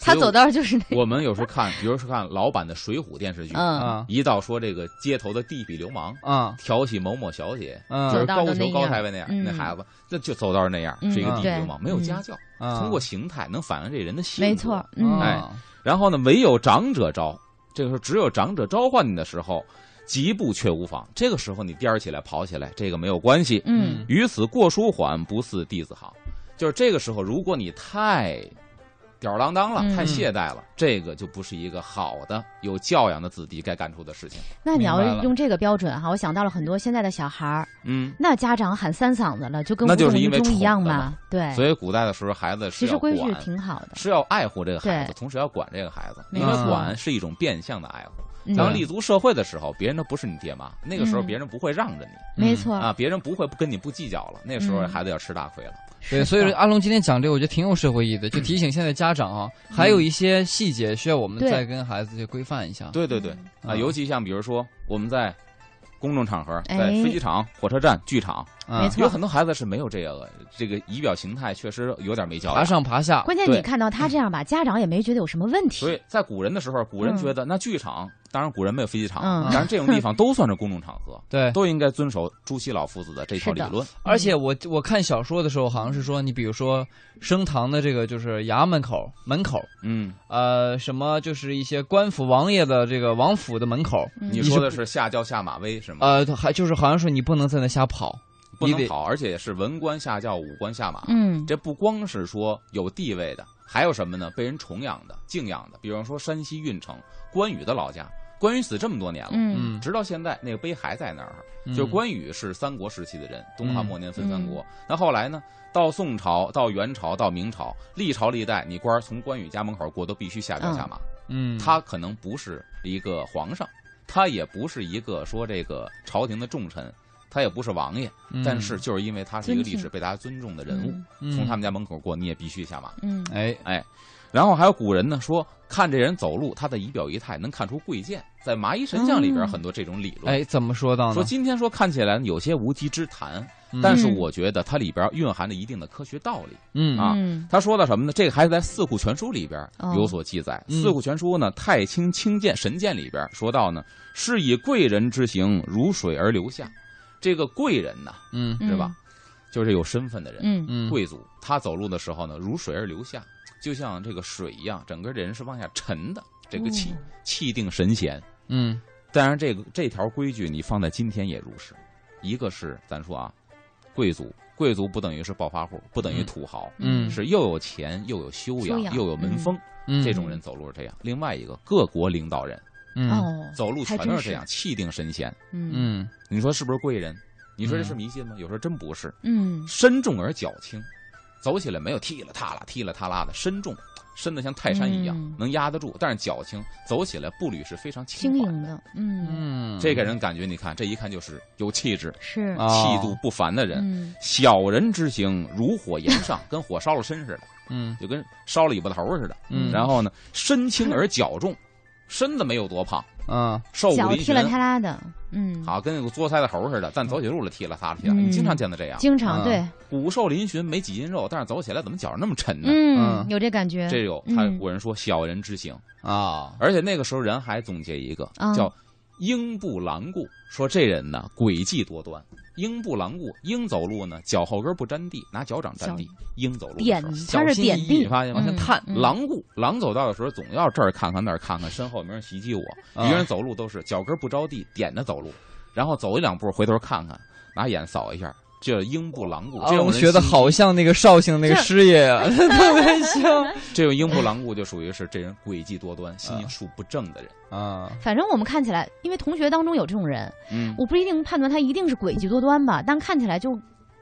[SPEAKER 2] 他走道就是那，
[SPEAKER 3] 所以我们有时候看，比如说看老版的《水浒》电视剧，
[SPEAKER 2] 嗯，
[SPEAKER 1] 啊
[SPEAKER 3] 一到说这个街头的地痞流氓
[SPEAKER 1] 啊
[SPEAKER 3] 调戏某某小姐，
[SPEAKER 1] 嗯
[SPEAKER 3] 就
[SPEAKER 2] 走
[SPEAKER 3] 是
[SPEAKER 2] 道
[SPEAKER 3] 高
[SPEAKER 2] 都那
[SPEAKER 3] 俅高
[SPEAKER 2] 样
[SPEAKER 3] 太尉那样，
[SPEAKER 2] 嗯
[SPEAKER 3] 那孩子那就走道是那样，
[SPEAKER 2] 嗯
[SPEAKER 3] 是一个地痞
[SPEAKER 2] 对
[SPEAKER 3] 流氓，没有家教，
[SPEAKER 1] 啊，
[SPEAKER 3] 通过形态能反映这人的性格。
[SPEAKER 2] 没错，嗯，
[SPEAKER 3] 哎
[SPEAKER 1] 啊，
[SPEAKER 3] 然后呢，唯有长者招，这个时候只有长者召唤你的时候，疾步却无妨。这个时候你颠儿起来跑起来，这个没有关系。
[SPEAKER 2] 嗯
[SPEAKER 3] 于此过舒缓，不似弟子行。就是这个时候，如果你太吊儿郎当了，
[SPEAKER 2] 嗯
[SPEAKER 3] 太懈怠了，这个就不是一个好的、有教养的子弟该干出的事情。
[SPEAKER 2] 那你要
[SPEAKER 1] 明白了
[SPEAKER 2] 是用这个标准哈，我想到了很多现在的小孩儿，
[SPEAKER 3] 嗯，
[SPEAKER 2] 那家长喊三嗓子了，就跟
[SPEAKER 3] 那
[SPEAKER 2] 无
[SPEAKER 3] 就是
[SPEAKER 2] 动于
[SPEAKER 3] 因为
[SPEAKER 2] 衷一样
[SPEAKER 3] 宠的
[SPEAKER 2] 嘛，对，
[SPEAKER 3] 哎所以古代的时候，孩子是
[SPEAKER 2] 其实
[SPEAKER 3] 要
[SPEAKER 2] 规矩
[SPEAKER 3] 管，
[SPEAKER 2] 挺好的，
[SPEAKER 3] 是要爱护这个孩子，
[SPEAKER 2] 对
[SPEAKER 3] 同时要管这个孩子，
[SPEAKER 2] 没
[SPEAKER 3] 因为
[SPEAKER 1] 错
[SPEAKER 3] 管是一种变相的爱护。
[SPEAKER 2] 嗯，
[SPEAKER 3] 当立足社会的时候，别人都不是你爹妈，那个时候
[SPEAKER 2] 嗯
[SPEAKER 3] 别人不会让着你。
[SPEAKER 2] 没错，
[SPEAKER 3] 啊，别人不会不跟你不计较了，那时候
[SPEAKER 2] 嗯
[SPEAKER 3] 孩子要吃大亏了。
[SPEAKER 1] 对，所以说阿龙今天讲这个，我觉得挺有社会意义的，就提醒现在家长啊，
[SPEAKER 3] 嗯
[SPEAKER 1] 还有一些细节需要我们
[SPEAKER 2] 对
[SPEAKER 1] 再跟孩子去规范一下。
[SPEAKER 3] 对对对，啊，
[SPEAKER 1] 嗯
[SPEAKER 3] 尤其像比如说我们在公众场合，
[SPEAKER 2] 哎
[SPEAKER 3] 在飞机场、火车站、剧场，
[SPEAKER 1] 嗯，
[SPEAKER 2] 没错
[SPEAKER 3] 有很多孩子是没有这个这个仪表形态，确实有点没教
[SPEAKER 1] 爬
[SPEAKER 3] 养。
[SPEAKER 1] 上爬下，
[SPEAKER 2] 关键
[SPEAKER 3] 啊对
[SPEAKER 2] 你看到他这样吧，家长也没觉得有什么问题
[SPEAKER 3] 所，以在古人的时候，古人
[SPEAKER 2] 嗯
[SPEAKER 3] 觉得那剧场，当然古人没有飞机场，
[SPEAKER 2] 嗯
[SPEAKER 3] 但是这种地方都算是公众场 合，
[SPEAKER 1] 对，
[SPEAKER 3] 都应该遵守朱熹老夫子的这套
[SPEAKER 2] 是
[SPEAKER 3] 理
[SPEAKER 2] 的
[SPEAKER 3] 论。
[SPEAKER 1] 而
[SPEAKER 2] 嗯
[SPEAKER 1] 且我我看小说的时候，好像是说你比如说升堂的这个就是衙门口门口，
[SPEAKER 3] 嗯，
[SPEAKER 1] 呃，什么就是一些官府王爷的这个王府的门口，
[SPEAKER 2] 嗯
[SPEAKER 3] 你说的是下轿下马威是吗？
[SPEAKER 1] 呃，还就是好像说你不能在那瞎跑，
[SPEAKER 3] 不
[SPEAKER 1] 你
[SPEAKER 3] 能
[SPEAKER 1] 得
[SPEAKER 3] 跑，而且是文官下轿，武官下马。
[SPEAKER 2] 嗯，
[SPEAKER 3] 这不光是说有地位的，还有什么呢？被人崇仰的、敬仰的，比方说山西运城关羽的老家，关羽死这么多年了，
[SPEAKER 2] 嗯
[SPEAKER 1] 嗯，
[SPEAKER 3] 直到现在那个碑还在那儿。
[SPEAKER 1] 嗯
[SPEAKER 3] 就是关羽是三国时期的人，东汉末年分
[SPEAKER 2] 嗯
[SPEAKER 3] 三国。那后来呢？到宋朝、到元朝、到明朝，历朝历代，你官儿从关羽家门口过都必须下轿下马。
[SPEAKER 1] 嗯，
[SPEAKER 3] 他可能不是一个皇上，他也不是一个说这个朝廷的重臣，他也不是王爷，
[SPEAKER 1] 嗯
[SPEAKER 3] 但是就是因为他是一个
[SPEAKER 2] 尊
[SPEAKER 3] 历
[SPEAKER 2] 敬
[SPEAKER 3] 史被大家尊重的人物，从
[SPEAKER 1] 嗯
[SPEAKER 3] 他们家门口过，你也必须下马。
[SPEAKER 2] 嗯，
[SPEAKER 1] 哎
[SPEAKER 3] 然后还有古人呢说，看这人走路，他的仪表仪态能看出贵贱，在麻衣神将里边
[SPEAKER 2] 嗯
[SPEAKER 3] 很多这种理论。
[SPEAKER 1] 哎，怎么说到呢？
[SPEAKER 3] 说今天说看起来有些无稽之谈，
[SPEAKER 1] 嗯
[SPEAKER 3] 但是我觉得它里边蕴含着一定的科学道理。
[SPEAKER 1] 嗯
[SPEAKER 3] 啊
[SPEAKER 2] 嗯
[SPEAKER 3] 他说到什么呢？这个还是在《四库全书》里边
[SPEAKER 2] 哦
[SPEAKER 3] 有所记载。
[SPEAKER 1] 嗯
[SPEAKER 3] 四库全书》呢，《太清清鉴神鉴》里边说到呢，是以贵人之行如水而流下。这个贵人呐，
[SPEAKER 1] 嗯
[SPEAKER 2] 嗯
[SPEAKER 3] 是吧？就是有身份的人，
[SPEAKER 2] 嗯
[SPEAKER 1] 嗯，
[SPEAKER 3] 贵族，他走路的时候呢，如水而流下，就像这个水一样，整个人是往下沉的。这个气、
[SPEAKER 2] 哦
[SPEAKER 3] 气定神闲。
[SPEAKER 1] 嗯
[SPEAKER 3] 当然，这个这条规矩你放在今天也如是。一个是咱说啊，贵族，贵族不等于是暴发户，不等于
[SPEAKER 1] 嗯
[SPEAKER 3] 土豪，
[SPEAKER 1] 嗯
[SPEAKER 3] 是又有钱又有修
[SPEAKER 2] 修养
[SPEAKER 3] 又有门风，
[SPEAKER 1] 嗯
[SPEAKER 3] 这种人走路是这样。另外一个，各国领导人
[SPEAKER 1] 嗯
[SPEAKER 2] 哦，
[SPEAKER 3] 走路全
[SPEAKER 2] 还
[SPEAKER 3] 都
[SPEAKER 2] 真
[SPEAKER 3] 是这样，气定神闲。
[SPEAKER 2] 嗯
[SPEAKER 1] 嗯
[SPEAKER 3] 你说是不是贵人？你说
[SPEAKER 1] 嗯
[SPEAKER 3] 这是迷信吗？有时候真不是。
[SPEAKER 2] 嗯
[SPEAKER 3] 身重而脚轻，走起来没有踢了踏啦、踢了踏啦的，身重，身子像泰山一样、
[SPEAKER 2] 嗯
[SPEAKER 3] 能压得住，但是脚轻，走起来步履是非常
[SPEAKER 2] 轻
[SPEAKER 3] 轻缓
[SPEAKER 2] 盈的，嗯，
[SPEAKER 1] 嗯，
[SPEAKER 3] 这个人感觉，你看这一看就是有气质、
[SPEAKER 2] 是，
[SPEAKER 1] 啊
[SPEAKER 3] 气度不凡的人。
[SPEAKER 2] 嗯
[SPEAKER 3] 小人之行如火炎上，跟火烧了身似的，
[SPEAKER 1] 嗯
[SPEAKER 3] 就跟烧了尾巴头似的。
[SPEAKER 1] 嗯，
[SPEAKER 3] 然后呢，身轻而脚重，身子没有多胖，
[SPEAKER 1] 嗯
[SPEAKER 3] 瘦
[SPEAKER 2] 脚
[SPEAKER 3] 骨离
[SPEAKER 2] 踢
[SPEAKER 3] 群
[SPEAKER 2] 了，踏拉的，嗯，
[SPEAKER 3] 好跟个做菜的猴似的，但走起路来踢了踏了踢了，
[SPEAKER 2] 嗯
[SPEAKER 3] 你经常见到这样，
[SPEAKER 2] 经常
[SPEAKER 1] 嗯
[SPEAKER 2] 对，
[SPEAKER 3] 骨瘦嶙峋没几斤肉，但是走起来怎么脚儿那么沉呢？
[SPEAKER 2] 嗯，
[SPEAKER 1] 嗯
[SPEAKER 2] 有这感觉，
[SPEAKER 3] 这有他
[SPEAKER 2] 嗯
[SPEAKER 3] 古人说小人之行，
[SPEAKER 1] 啊，
[SPEAKER 3] 而且那个时候人还总结一个
[SPEAKER 2] 啊
[SPEAKER 3] 叫“鹰步狼顾”，说这人呢诡计多端。鹰步狼顾，鹰走路呢脚后跟不沾地，拿脚掌沾地
[SPEAKER 2] 小。
[SPEAKER 3] 鹰走路的
[SPEAKER 2] 点
[SPEAKER 3] 时候
[SPEAKER 2] 它
[SPEAKER 3] 小
[SPEAKER 2] 是
[SPEAKER 3] 心
[SPEAKER 2] 点
[SPEAKER 3] 翼
[SPEAKER 2] 地
[SPEAKER 3] 翼，你发现吗？
[SPEAKER 2] 嗯
[SPEAKER 3] 像探
[SPEAKER 2] 嗯
[SPEAKER 3] 狼顾，狼走道的时候总要这儿看看那儿看看，身后有没有人袭击我。
[SPEAKER 1] 啊
[SPEAKER 2] 嗯
[SPEAKER 3] 一个人走路都是脚跟不着地，点着走路，然后走一两步回头看看，拿眼扫一下，这鹰步狼顾。
[SPEAKER 1] 哦我
[SPEAKER 3] 这种
[SPEAKER 1] 们
[SPEAKER 3] 人
[SPEAKER 1] 学的
[SPEAKER 3] 心
[SPEAKER 1] 好像那个绍兴那个
[SPEAKER 2] 这
[SPEAKER 1] 师爷啊， 特别 像
[SPEAKER 3] 这种鹰不狼顾就属于是这人诡计多端、心术不正的人。
[SPEAKER 1] 啊，
[SPEAKER 2] 反正我们看起来，因为同学当中有这种人，
[SPEAKER 3] 嗯，
[SPEAKER 2] 我不一定判断他一定是诡计多端吧，但看起来就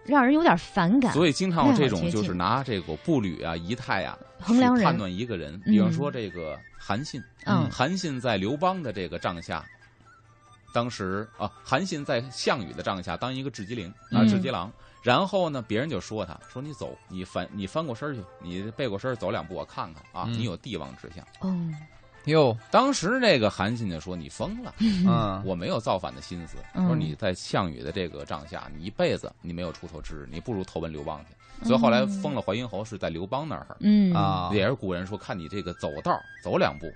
[SPEAKER 2] 让人有点反感。
[SPEAKER 3] 所以经常有这种
[SPEAKER 2] 太
[SPEAKER 3] 就
[SPEAKER 2] 好接
[SPEAKER 3] 是
[SPEAKER 2] 近
[SPEAKER 3] 拿这个步履啊、仪态啊
[SPEAKER 2] 衡量人
[SPEAKER 3] 去判断一个人。
[SPEAKER 2] 嗯
[SPEAKER 3] 比方说这个韩信，
[SPEAKER 2] 嗯
[SPEAKER 3] 韩信在刘邦的这个帐下，当时啊，韩信在项羽的帐下当一个雉鸡翎啊，
[SPEAKER 2] 嗯
[SPEAKER 3] 雉鸡郎。然后呢，别人就说他，说你走，你翻你翻过身去，你背过身走两步，我看看啊，
[SPEAKER 1] 嗯
[SPEAKER 3] 你有帝王之相。
[SPEAKER 2] 哦，
[SPEAKER 1] 哟，
[SPEAKER 3] 当时那个韩信就说你疯了。
[SPEAKER 1] 嗯
[SPEAKER 3] 我没有造反的心思。
[SPEAKER 2] 啊嗯
[SPEAKER 3] 说你在项羽的这个帐下，你一辈子你没有出头之日，你不如投奔刘邦去。所以后来封了淮阴侯是在刘邦那儿，
[SPEAKER 2] 嗯，
[SPEAKER 1] 啊，
[SPEAKER 3] 也是古人说看你这个走道儿走两步，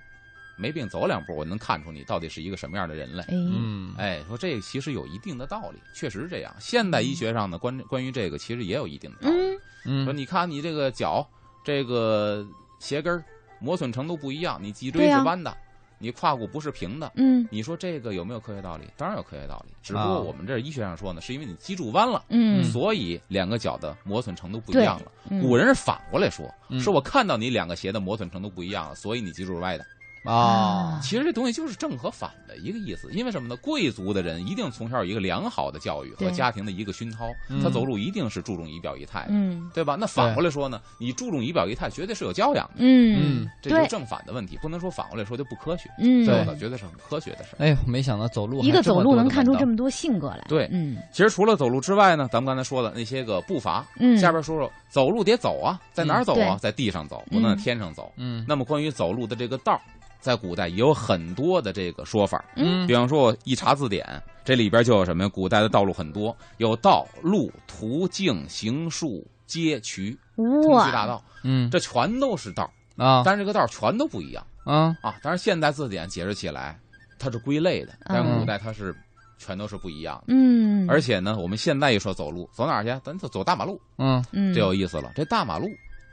[SPEAKER 3] 没病走两步，我能看出你到底是一个什么样的人来。
[SPEAKER 2] 哎，
[SPEAKER 1] 嗯
[SPEAKER 3] 哎，说这其实有一定的道理，确实是这样。现代医学上呢，关关于这个其实也有一定的道理。
[SPEAKER 2] 嗯，
[SPEAKER 3] 说
[SPEAKER 1] 嗯
[SPEAKER 3] 你看你这个脚，这个鞋跟儿磨损程度不一样，你脊
[SPEAKER 2] 对
[SPEAKER 3] 椎
[SPEAKER 2] 呀
[SPEAKER 3] 是弯的，你胯骨不是平的，
[SPEAKER 2] 嗯，
[SPEAKER 3] 你说这个有没有科学道理？当然有科学道理，只不
[SPEAKER 1] 啊
[SPEAKER 3] 过我们这儿医学上说呢，是因为你脊柱弯了，
[SPEAKER 2] 嗯，
[SPEAKER 3] 所以两个脚的磨损程度不一
[SPEAKER 2] 对
[SPEAKER 3] 样了。
[SPEAKER 2] 嗯
[SPEAKER 3] 古人是反过来说，
[SPEAKER 1] 嗯
[SPEAKER 3] 说我看到你两个鞋的磨损程度不一样了，所以你脊柱是歪的。
[SPEAKER 2] 嗯
[SPEAKER 1] 啊，
[SPEAKER 3] 其实这东西就是正和反的一个意思，因为什么呢？贵族的人一定从小有一个良好的教育和
[SPEAKER 2] 对
[SPEAKER 3] 家庭的一个熏陶，
[SPEAKER 1] 嗯
[SPEAKER 3] 他走路一定是注重仪表仪态的，
[SPEAKER 2] 嗯
[SPEAKER 3] 对吧？那反过来说呢，你注重仪表仪态，绝对是有教养的，
[SPEAKER 2] 嗯，
[SPEAKER 3] 这就是
[SPEAKER 2] 对，
[SPEAKER 3] 正反的问题，不能说反过来说就不科学，
[SPEAKER 2] 嗯，
[SPEAKER 3] 这
[SPEAKER 1] 对
[SPEAKER 3] 我绝对是很科学的事儿。
[SPEAKER 1] 哎呦，没想到走路
[SPEAKER 2] 一个走路能看出这
[SPEAKER 1] 么
[SPEAKER 2] 么多性格来，
[SPEAKER 3] 对
[SPEAKER 2] 嗯
[SPEAKER 3] 其实除了走路之外呢，咱们刚才说的那些个步伐，
[SPEAKER 2] 嗯，
[SPEAKER 3] 下边说说走路得走啊，在哪儿走啊？
[SPEAKER 2] 对
[SPEAKER 3] 在地上走，不能在天上走。
[SPEAKER 1] 嗯
[SPEAKER 3] 那么关于走路的这个道儿，在古代也有很多的这个说法。
[SPEAKER 1] 嗯
[SPEAKER 3] 比方说，我一查字典，这里边就有什么呀？古代的道路很多，有道路、途径、行数、街渠、通衢
[SPEAKER 2] 嗯哇，
[SPEAKER 3] 大
[SPEAKER 2] 嗯
[SPEAKER 3] 道，
[SPEAKER 1] 嗯
[SPEAKER 3] 这全都是道儿，
[SPEAKER 1] 啊
[SPEAKER 3] 但是这个道儿全都不一样
[SPEAKER 1] 啊
[SPEAKER 3] 啊。当然，现代字典解释起来它是归类的，但是古代它是全都是不一样的。
[SPEAKER 2] 嗯，
[SPEAKER 3] 而且呢，我们现在一说走路，走哪儿去？啊咱就走大马路，
[SPEAKER 1] 嗯
[SPEAKER 2] 嗯，
[SPEAKER 3] 这有意思了。这大马路，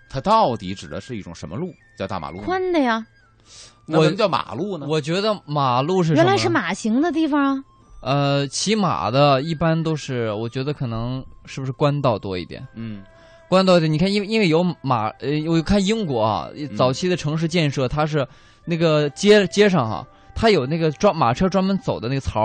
[SPEAKER 3] 它到底指的是一种什么路？叫大马路呢？
[SPEAKER 2] 宽的呀，
[SPEAKER 3] 那
[SPEAKER 1] 我
[SPEAKER 3] 什么叫马路呢？
[SPEAKER 1] 我觉得马路是
[SPEAKER 2] 原来
[SPEAKER 1] 什
[SPEAKER 2] 是
[SPEAKER 1] 么呢
[SPEAKER 2] 马行的地方啊，
[SPEAKER 1] 呃，骑马的一般都是，我觉得可能是不是官道多一点？
[SPEAKER 3] 嗯
[SPEAKER 1] 官道多一点，你看，因为因为有马，呃，我看英国啊，
[SPEAKER 2] 嗯
[SPEAKER 1] 早期的城市建设，它是那个街街上哈、它有那个专马车专门走的那个槽，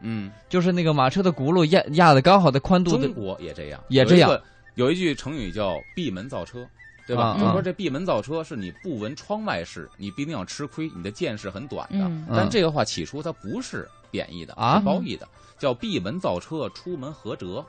[SPEAKER 3] 嗯，
[SPEAKER 1] 就是那个马车的轱辘压压的刚好的宽度的
[SPEAKER 3] 中，国也这样，
[SPEAKER 1] 也这样
[SPEAKER 3] 有一个。有一句成语叫“闭门造车”，对吧？
[SPEAKER 1] 嗯
[SPEAKER 3] 就说这闭门造车是你不闻窗外事，你必定要吃亏，你的见识很短的。
[SPEAKER 2] 嗯
[SPEAKER 3] 但这个话起初它不是贬义的，
[SPEAKER 1] 啊
[SPEAKER 3] 是褒义的，叫“闭门造车，出门合辙”，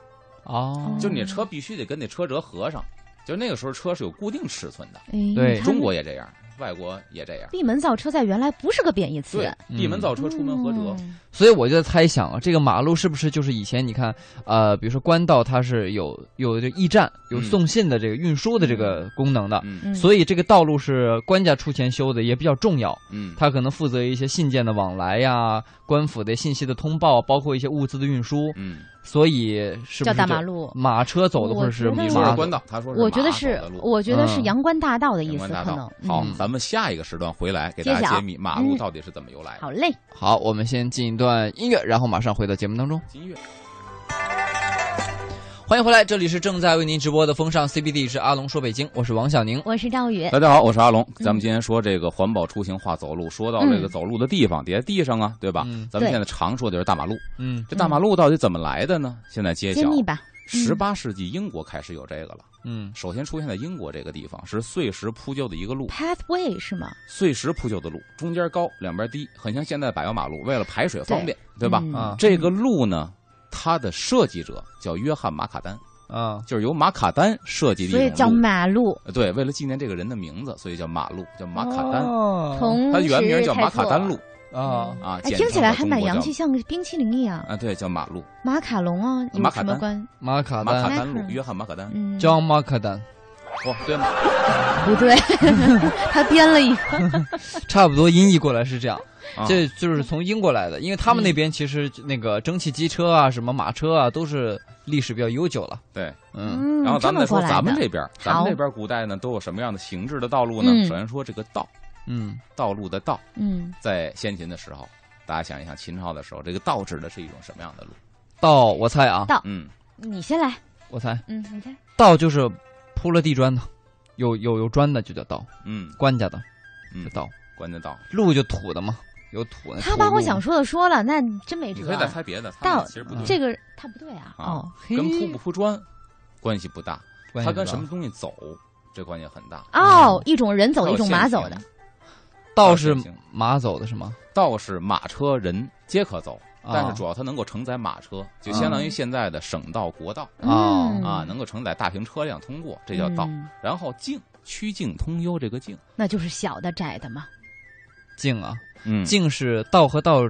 [SPEAKER 1] 哦，
[SPEAKER 2] 嗯
[SPEAKER 3] 就是你的车必须得跟那车辙合上。就那个时候车是有固定尺寸的，
[SPEAKER 2] 哎你
[SPEAKER 1] 对
[SPEAKER 2] 看
[SPEAKER 3] 中国也这样，外国也这样。
[SPEAKER 2] 闭门造车在原来不是个贬义词，
[SPEAKER 3] 对，闭门造车，出门合辙。
[SPEAKER 2] 嗯
[SPEAKER 1] 所以我就在猜想啊，这个马路是不是就是以前你看，呃，比如说官道它是有有这驿站，有
[SPEAKER 3] 嗯
[SPEAKER 1] 送信的这个运输的这个功能的，
[SPEAKER 3] 嗯
[SPEAKER 2] 嗯
[SPEAKER 1] 所以这个道路是官家出钱修的，也比较重要。
[SPEAKER 3] 嗯，
[SPEAKER 1] 他可能负责一些信件的往来呀，官府的信息的通报，包括一些物资的运输，
[SPEAKER 3] 嗯，
[SPEAKER 1] 所以是不
[SPEAKER 2] 叫
[SPEAKER 1] 是
[SPEAKER 2] 大
[SPEAKER 1] 就
[SPEAKER 2] 马路。
[SPEAKER 1] 马车走的，
[SPEAKER 2] 我
[SPEAKER 1] 或者是
[SPEAKER 2] 觉得
[SPEAKER 1] 马
[SPEAKER 3] 你
[SPEAKER 2] 是
[SPEAKER 3] 说是
[SPEAKER 1] 走
[SPEAKER 3] 官
[SPEAKER 1] 的
[SPEAKER 3] 道，他说是
[SPEAKER 2] 我觉得
[SPEAKER 3] 马走
[SPEAKER 2] 是
[SPEAKER 3] 的，路
[SPEAKER 2] 我觉得是
[SPEAKER 1] 嗯
[SPEAKER 2] 阳关大道的
[SPEAKER 3] 阳
[SPEAKER 2] 意思，
[SPEAKER 3] 关大
[SPEAKER 2] 可能
[SPEAKER 3] 道。。好
[SPEAKER 2] 嗯，
[SPEAKER 3] 咱们下一个时段回来给大
[SPEAKER 2] 揭
[SPEAKER 3] 家
[SPEAKER 2] 晓
[SPEAKER 3] 揭秘马路到底是怎么由来的。
[SPEAKER 2] 好嘞，
[SPEAKER 1] 好，我们先进一段音乐，然后马上回到节目当中。
[SPEAKER 3] 金月，
[SPEAKER 1] 欢迎回来，这里是正在为您直播的风尚 CBD，是阿龙说北京，我是王小宁。
[SPEAKER 2] 我是赵宇。
[SPEAKER 3] 大家好，我是阿龙。咱们今天说这个环保出行化走路，说到这个
[SPEAKER 2] 呃嗯
[SPEAKER 3] 走路的地方，得在地上啊，对吧
[SPEAKER 1] 嗯？
[SPEAKER 3] 咱们
[SPEAKER 2] 对
[SPEAKER 3] 现在常说的就是大马路，
[SPEAKER 1] 嗯
[SPEAKER 3] 这大马路到底怎么来的呢？现在揭
[SPEAKER 2] 揭
[SPEAKER 3] 晓，
[SPEAKER 2] 秘吧，
[SPEAKER 3] 十八世纪英国开始有这个了。
[SPEAKER 1] 嗯
[SPEAKER 3] 首先出现在英国这个地方是碎石铺就的一个路，
[SPEAKER 2] pathway 是吗？
[SPEAKER 3] 碎石铺就的路，中间高，两边低，很像现在柏油马路。为了排水方便，对吧？
[SPEAKER 2] 嗯
[SPEAKER 1] 啊
[SPEAKER 3] 这个路呢，它的设计者叫约翰马卡丹，
[SPEAKER 1] 啊，
[SPEAKER 3] 就是由马卡丹设计的
[SPEAKER 2] 所以
[SPEAKER 3] 一
[SPEAKER 2] 叫
[SPEAKER 3] 种路。
[SPEAKER 2] 马路。
[SPEAKER 3] 呃对，为了纪念这个人的名字，所以叫马路，叫马卡丹。
[SPEAKER 1] 丹
[SPEAKER 2] 同
[SPEAKER 3] 呃它原名
[SPEAKER 2] 时
[SPEAKER 3] 叫
[SPEAKER 2] 哦太
[SPEAKER 3] 马卡
[SPEAKER 2] 错
[SPEAKER 3] 丹
[SPEAKER 2] 了
[SPEAKER 3] 路
[SPEAKER 1] 啊，
[SPEAKER 3] 啊，
[SPEAKER 2] 哎，
[SPEAKER 3] 简
[SPEAKER 2] 听起
[SPEAKER 3] 称
[SPEAKER 2] 来
[SPEAKER 3] 叫
[SPEAKER 2] 还
[SPEAKER 3] 中
[SPEAKER 2] 蛮
[SPEAKER 3] 国
[SPEAKER 2] 洋
[SPEAKER 3] 叫
[SPEAKER 2] 气，像个冰淇淋一样。
[SPEAKER 3] 啊，对，叫马路，
[SPEAKER 2] 马卡龙啊，有
[SPEAKER 3] 马卡
[SPEAKER 2] 什么
[SPEAKER 3] 丹
[SPEAKER 2] 关？
[SPEAKER 1] 马卡
[SPEAKER 3] 马卡
[SPEAKER 1] 丹，
[SPEAKER 3] 丹路
[SPEAKER 2] 马，卡
[SPEAKER 3] 约翰马卡丹。
[SPEAKER 2] 嗯，
[SPEAKER 1] 叫马卡丹，
[SPEAKER 3] 哦，对吗？
[SPEAKER 2] 不 对，他编了一个。
[SPEAKER 1] 差不多音译过来是这样。
[SPEAKER 3] 啊嗯
[SPEAKER 1] 这就是从英国来的，因为他们那边其实那个蒸汽机车啊、什么马车啊，都是历史比较悠久了。
[SPEAKER 3] 对。
[SPEAKER 1] 嗯，
[SPEAKER 2] 嗯，
[SPEAKER 3] 然后咱们再说
[SPEAKER 2] 么过来
[SPEAKER 3] 咱们
[SPEAKER 2] 的
[SPEAKER 3] 这边儿，咱们这边儿古代呢都有什么样的形制的道路呢？
[SPEAKER 2] 嗯
[SPEAKER 3] 首先说这个道，
[SPEAKER 1] 嗯，
[SPEAKER 3] 道路的道，
[SPEAKER 2] 嗯，
[SPEAKER 3] 在先秦的时候，大家想一想，秦朝的时候，这个道指的是一种什么样的路？
[SPEAKER 1] 道我猜啊，
[SPEAKER 2] 道
[SPEAKER 3] 嗯，
[SPEAKER 2] 你先来，
[SPEAKER 1] 我猜
[SPEAKER 2] 嗯，你猜，
[SPEAKER 1] 道就是铺了地砖的，有有有砖的就叫道，
[SPEAKER 3] 嗯，
[SPEAKER 1] 官家的
[SPEAKER 3] 嗯
[SPEAKER 1] 是道，
[SPEAKER 3] 关键道。
[SPEAKER 1] 路就土的嘛，有土那
[SPEAKER 2] 他
[SPEAKER 1] 土
[SPEAKER 2] 把我
[SPEAKER 1] 路
[SPEAKER 2] 想
[SPEAKER 1] 嘛
[SPEAKER 2] 说的说了，那你真没
[SPEAKER 3] 呃你
[SPEAKER 2] 辙
[SPEAKER 3] 可以再猜别的，他
[SPEAKER 2] 道
[SPEAKER 3] 们其实不对，
[SPEAKER 2] 这个他不对啊，
[SPEAKER 3] 啊
[SPEAKER 2] 哦，
[SPEAKER 3] 跟铺
[SPEAKER 2] 嘿
[SPEAKER 3] 不铺砖关系不大，
[SPEAKER 1] 关
[SPEAKER 3] 它
[SPEAKER 1] 系
[SPEAKER 3] 跟
[SPEAKER 1] 不
[SPEAKER 3] 什
[SPEAKER 1] 大
[SPEAKER 3] 么东西走这关系很大。嗯
[SPEAKER 2] 哦，一种人走的，
[SPEAKER 3] 道
[SPEAKER 2] 一种马走
[SPEAKER 3] 限
[SPEAKER 2] 的
[SPEAKER 3] 行，，
[SPEAKER 1] 道是
[SPEAKER 3] 限行
[SPEAKER 1] 马走的是吗？
[SPEAKER 3] 道是马车人皆可走，
[SPEAKER 1] 啊
[SPEAKER 3] 但是主要它能够承载马车，就相当于现在的省道、国道
[SPEAKER 1] 哦
[SPEAKER 2] 嗯
[SPEAKER 3] 啊，能够承载大型车辆通过，这叫道。
[SPEAKER 2] 嗯
[SPEAKER 3] 然后径，曲径通幽这个径，
[SPEAKER 2] 那就是小的窄的嘛，
[SPEAKER 1] 径啊，
[SPEAKER 3] 嗯
[SPEAKER 1] 径是道和道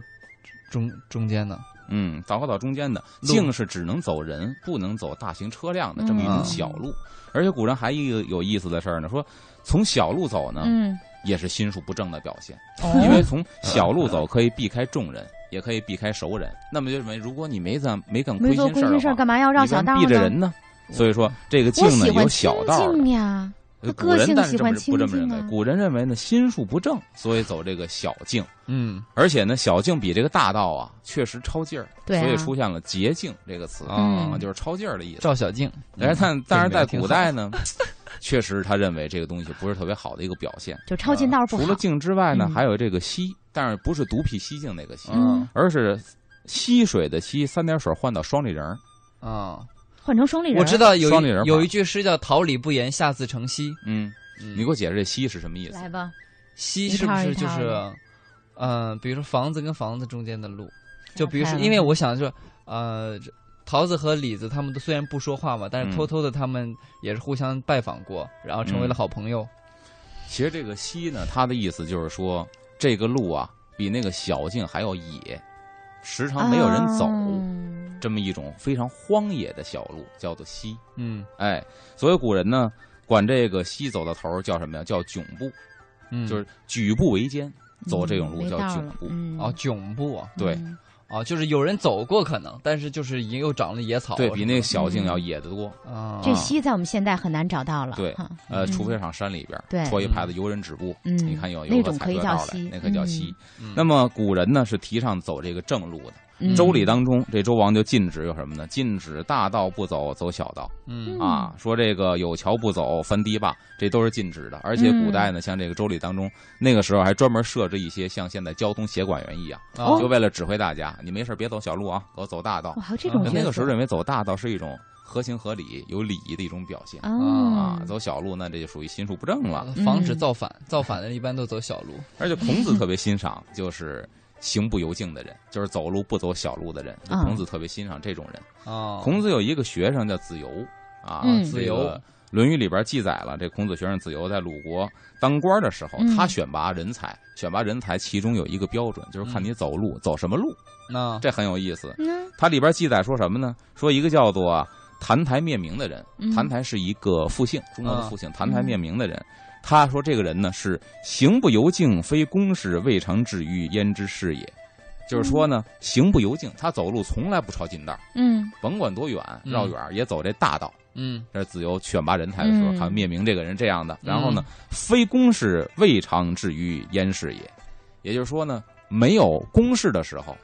[SPEAKER 1] 中中间的，
[SPEAKER 3] 嗯，道和道中间的
[SPEAKER 1] 路
[SPEAKER 3] 径是只能走人，不能走大型车辆的这么一种
[SPEAKER 1] 嗯
[SPEAKER 3] 小路。而且古人还一个有意思的事儿呢，说从小路走呢，
[SPEAKER 2] 嗯，
[SPEAKER 3] 也是心术不正的表现，
[SPEAKER 2] 哦
[SPEAKER 3] 因为从小路走可以避开众人。也可以避开熟人，那么就认为如果你没干没干亏
[SPEAKER 2] 没
[SPEAKER 3] 心
[SPEAKER 2] 做
[SPEAKER 3] 事
[SPEAKER 2] 亏
[SPEAKER 3] 儿的
[SPEAKER 2] 心事
[SPEAKER 3] 话
[SPEAKER 2] 儿，干嘛要绕
[SPEAKER 3] 一
[SPEAKER 2] 小
[SPEAKER 3] 般
[SPEAKER 2] 道
[SPEAKER 3] 避着
[SPEAKER 2] 呢？
[SPEAKER 3] 人呢。所以说，这个
[SPEAKER 2] 我
[SPEAKER 3] 径呢
[SPEAKER 2] 喜
[SPEAKER 3] 有
[SPEAKER 2] 欢
[SPEAKER 3] 小
[SPEAKER 2] 清
[SPEAKER 3] 道儿的
[SPEAKER 2] 静呀，
[SPEAKER 3] 呃古
[SPEAKER 2] 个
[SPEAKER 3] 人
[SPEAKER 2] 性
[SPEAKER 3] 但是
[SPEAKER 2] 喜
[SPEAKER 3] 这
[SPEAKER 2] 欢
[SPEAKER 3] 么不
[SPEAKER 2] 清
[SPEAKER 3] 这么认
[SPEAKER 2] 静
[SPEAKER 3] 为
[SPEAKER 2] 啊，
[SPEAKER 3] 古人认为呢心术不正，所以走这个小径。
[SPEAKER 1] 嗯
[SPEAKER 3] 而且呢，小径比这个大道啊确实超劲儿，
[SPEAKER 2] 对啊
[SPEAKER 3] 所以出现了捷径这个词
[SPEAKER 1] 啊
[SPEAKER 2] 嗯
[SPEAKER 3] 就是超劲儿的意思。
[SPEAKER 1] 赵小静，
[SPEAKER 3] 嗯
[SPEAKER 1] 嗯
[SPEAKER 3] 但是但但是在古代
[SPEAKER 1] 呢，
[SPEAKER 3] 呢，确实他认为这个东西不是特别好的一个表现。
[SPEAKER 2] 就抄近道不
[SPEAKER 3] 呃除
[SPEAKER 2] 好
[SPEAKER 3] 了，径之外呢，
[SPEAKER 2] 嗯
[SPEAKER 3] 还有这个溪，但是不是独辟蹊径那个溪，
[SPEAKER 2] 嗯
[SPEAKER 1] 嗯，
[SPEAKER 3] 而是溪水的溪，三点水换到双立人儿。
[SPEAKER 1] 啊，
[SPEAKER 2] 换成双立人儿，
[SPEAKER 1] 我知道有
[SPEAKER 3] 双立
[SPEAKER 1] 一
[SPEAKER 3] 人儿吧
[SPEAKER 1] 有一句诗叫“桃李不言，下自成蹊
[SPEAKER 3] 嗯，”，
[SPEAKER 1] 嗯
[SPEAKER 3] 你给我解释这溪是什么意思？
[SPEAKER 2] 来吧，
[SPEAKER 1] 西
[SPEAKER 2] 一
[SPEAKER 1] 是不
[SPEAKER 2] 套一
[SPEAKER 1] 是就
[SPEAKER 2] 套
[SPEAKER 1] 是
[SPEAKER 2] 的，
[SPEAKER 1] 嗯、比如说房子跟房子中间的路，就比如
[SPEAKER 2] 太
[SPEAKER 1] 说，
[SPEAKER 2] 了
[SPEAKER 1] 因为我想就是，呃，这桃子和李子他们都虽然不说话嘛，但
[SPEAKER 3] 嗯
[SPEAKER 1] 是偷偷的他们也是互相拜访过，然后
[SPEAKER 3] 嗯
[SPEAKER 1] 成为了好朋友。
[SPEAKER 3] 其实这个溪呢，它的意思就是说，这个路啊，比那个小径还要野，时常没有人走，
[SPEAKER 2] 嗯
[SPEAKER 3] 这么一种非常荒野的小路叫做溪。
[SPEAKER 1] 嗯
[SPEAKER 3] 哎，所以古人呢，管这个溪走到头儿叫什么呀？叫迥步，
[SPEAKER 1] 嗯，
[SPEAKER 3] 就是举步维艰，走这种路
[SPEAKER 2] 没
[SPEAKER 3] 叫
[SPEAKER 2] 道
[SPEAKER 3] 迥
[SPEAKER 2] 了
[SPEAKER 3] 步。
[SPEAKER 2] 嗯
[SPEAKER 1] 哦，迥步啊，
[SPEAKER 3] 对
[SPEAKER 2] 嗯
[SPEAKER 1] 啊，就是有人走过可能，但是就是已经又长了野草啊什
[SPEAKER 3] 对
[SPEAKER 1] 么的，
[SPEAKER 3] 比
[SPEAKER 2] 嗯
[SPEAKER 3] 那个小径要野得多，
[SPEAKER 1] 啊，
[SPEAKER 2] 这溪在我们现在很难找到了。
[SPEAKER 3] 对
[SPEAKER 2] 哈
[SPEAKER 3] 呃，
[SPEAKER 2] 嗯
[SPEAKER 3] 除非上山里边儿
[SPEAKER 2] 对
[SPEAKER 3] 戳一牌子“游人止步”，
[SPEAKER 2] 嗯
[SPEAKER 3] 你看有游
[SPEAKER 2] 那
[SPEAKER 3] 客
[SPEAKER 2] 种
[SPEAKER 3] 踩
[SPEAKER 2] 可以
[SPEAKER 3] 过
[SPEAKER 2] 叫
[SPEAKER 3] 道来
[SPEAKER 2] 溪，
[SPEAKER 3] 那可以叫
[SPEAKER 2] 嗯
[SPEAKER 3] 溪。
[SPEAKER 1] 嗯
[SPEAKER 3] 那么古人呢是提倡走这个正路的，
[SPEAKER 2] 嗯
[SPEAKER 3] 周礼当中，这周王就禁止有什么呢？禁止大道不走，走小道
[SPEAKER 1] 嗯
[SPEAKER 2] 嗯
[SPEAKER 3] 啊。说这个有桥不走，翻堤坝，这都是禁止的。而且
[SPEAKER 2] 嗯
[SPEAKER 3] 古代呢，像这个周礼当中，那个时候还专门设置一些像现在交通协管员一样，
[SPEAKER 2] 哦
[SPEAKER 1] 啊
[SPEAKER 3] 就为了指挥大家，你没事别走小路啊，给我走大道
[SPEAKER 2] 哇，。还有这种
[SPEAKER 1] 嗯
[SPEAKER 2] 角色
[SPEAKER 3] 那个时候认为走大道是一种合情合理、有礼仪的一种表现
[SPEAKER 2] 啊
[SPEAKER 3] 啊，走小路那这就属于心术不正了。
[SPEAKER 1] 防止
[SPEAKER 2] 嗯
[SPEAKER 1] 造反，造反的一般都走小路。
[SPEAKER 3] 而且孔子特别欣赏，就是。行不由径 的人，就是走路不走小路的人。
[SPEAKER 2] 嗯
[SPEAKER 3] 孔子特别欣赏这种人。
[SPEAKER 1] 啊，
[SPEAKER 3] 孔子有一个学生叫子游啊，
[SPEAKER 2] 哦嗯
[SPEAKER 3] 子游，《论语》里边记载了这孔子学生子游在鲁国当官的时候，
[SPEAKER 2] 嗯
[SPEAKER 3] 他选拔人才，选拔人才其中有一个标准，就是看你走路、走什么路，
[SPEAKER 1] 那
[SPEAKER 3] 这很有意思。
[SPEAKER 2] 嗯
[SPEAKER 3] 它里边记载说什么呢？说一个叫做澹台灭明的人，
[SPEAKER 2] 嗯
[SPEAKER 3] 澹台是一个复姓，中国的复姓，澹台灭明的人。他说：“这个人呢是行不由径，非公事，未尝至于焉知是也。”就是说呢，行不由径，他走路从来不抄近道，
[SPEAKER 2] 嗯
[SPEAKER 3] 甭管多远，
[SPEAKER 1] 嗯
[SPEAKER 3] 绕远儿也走这大道。
[SPEAKER 1] 嗯
[SPEAKER 3] 这是子由选拔人才的时候，
[SPEAKER 2] 嗯
[SPEAKER 3] 看灭明这个人这样的。然后呢，非公事未尝至于焉是也，也就是说呢，没有公事的时候，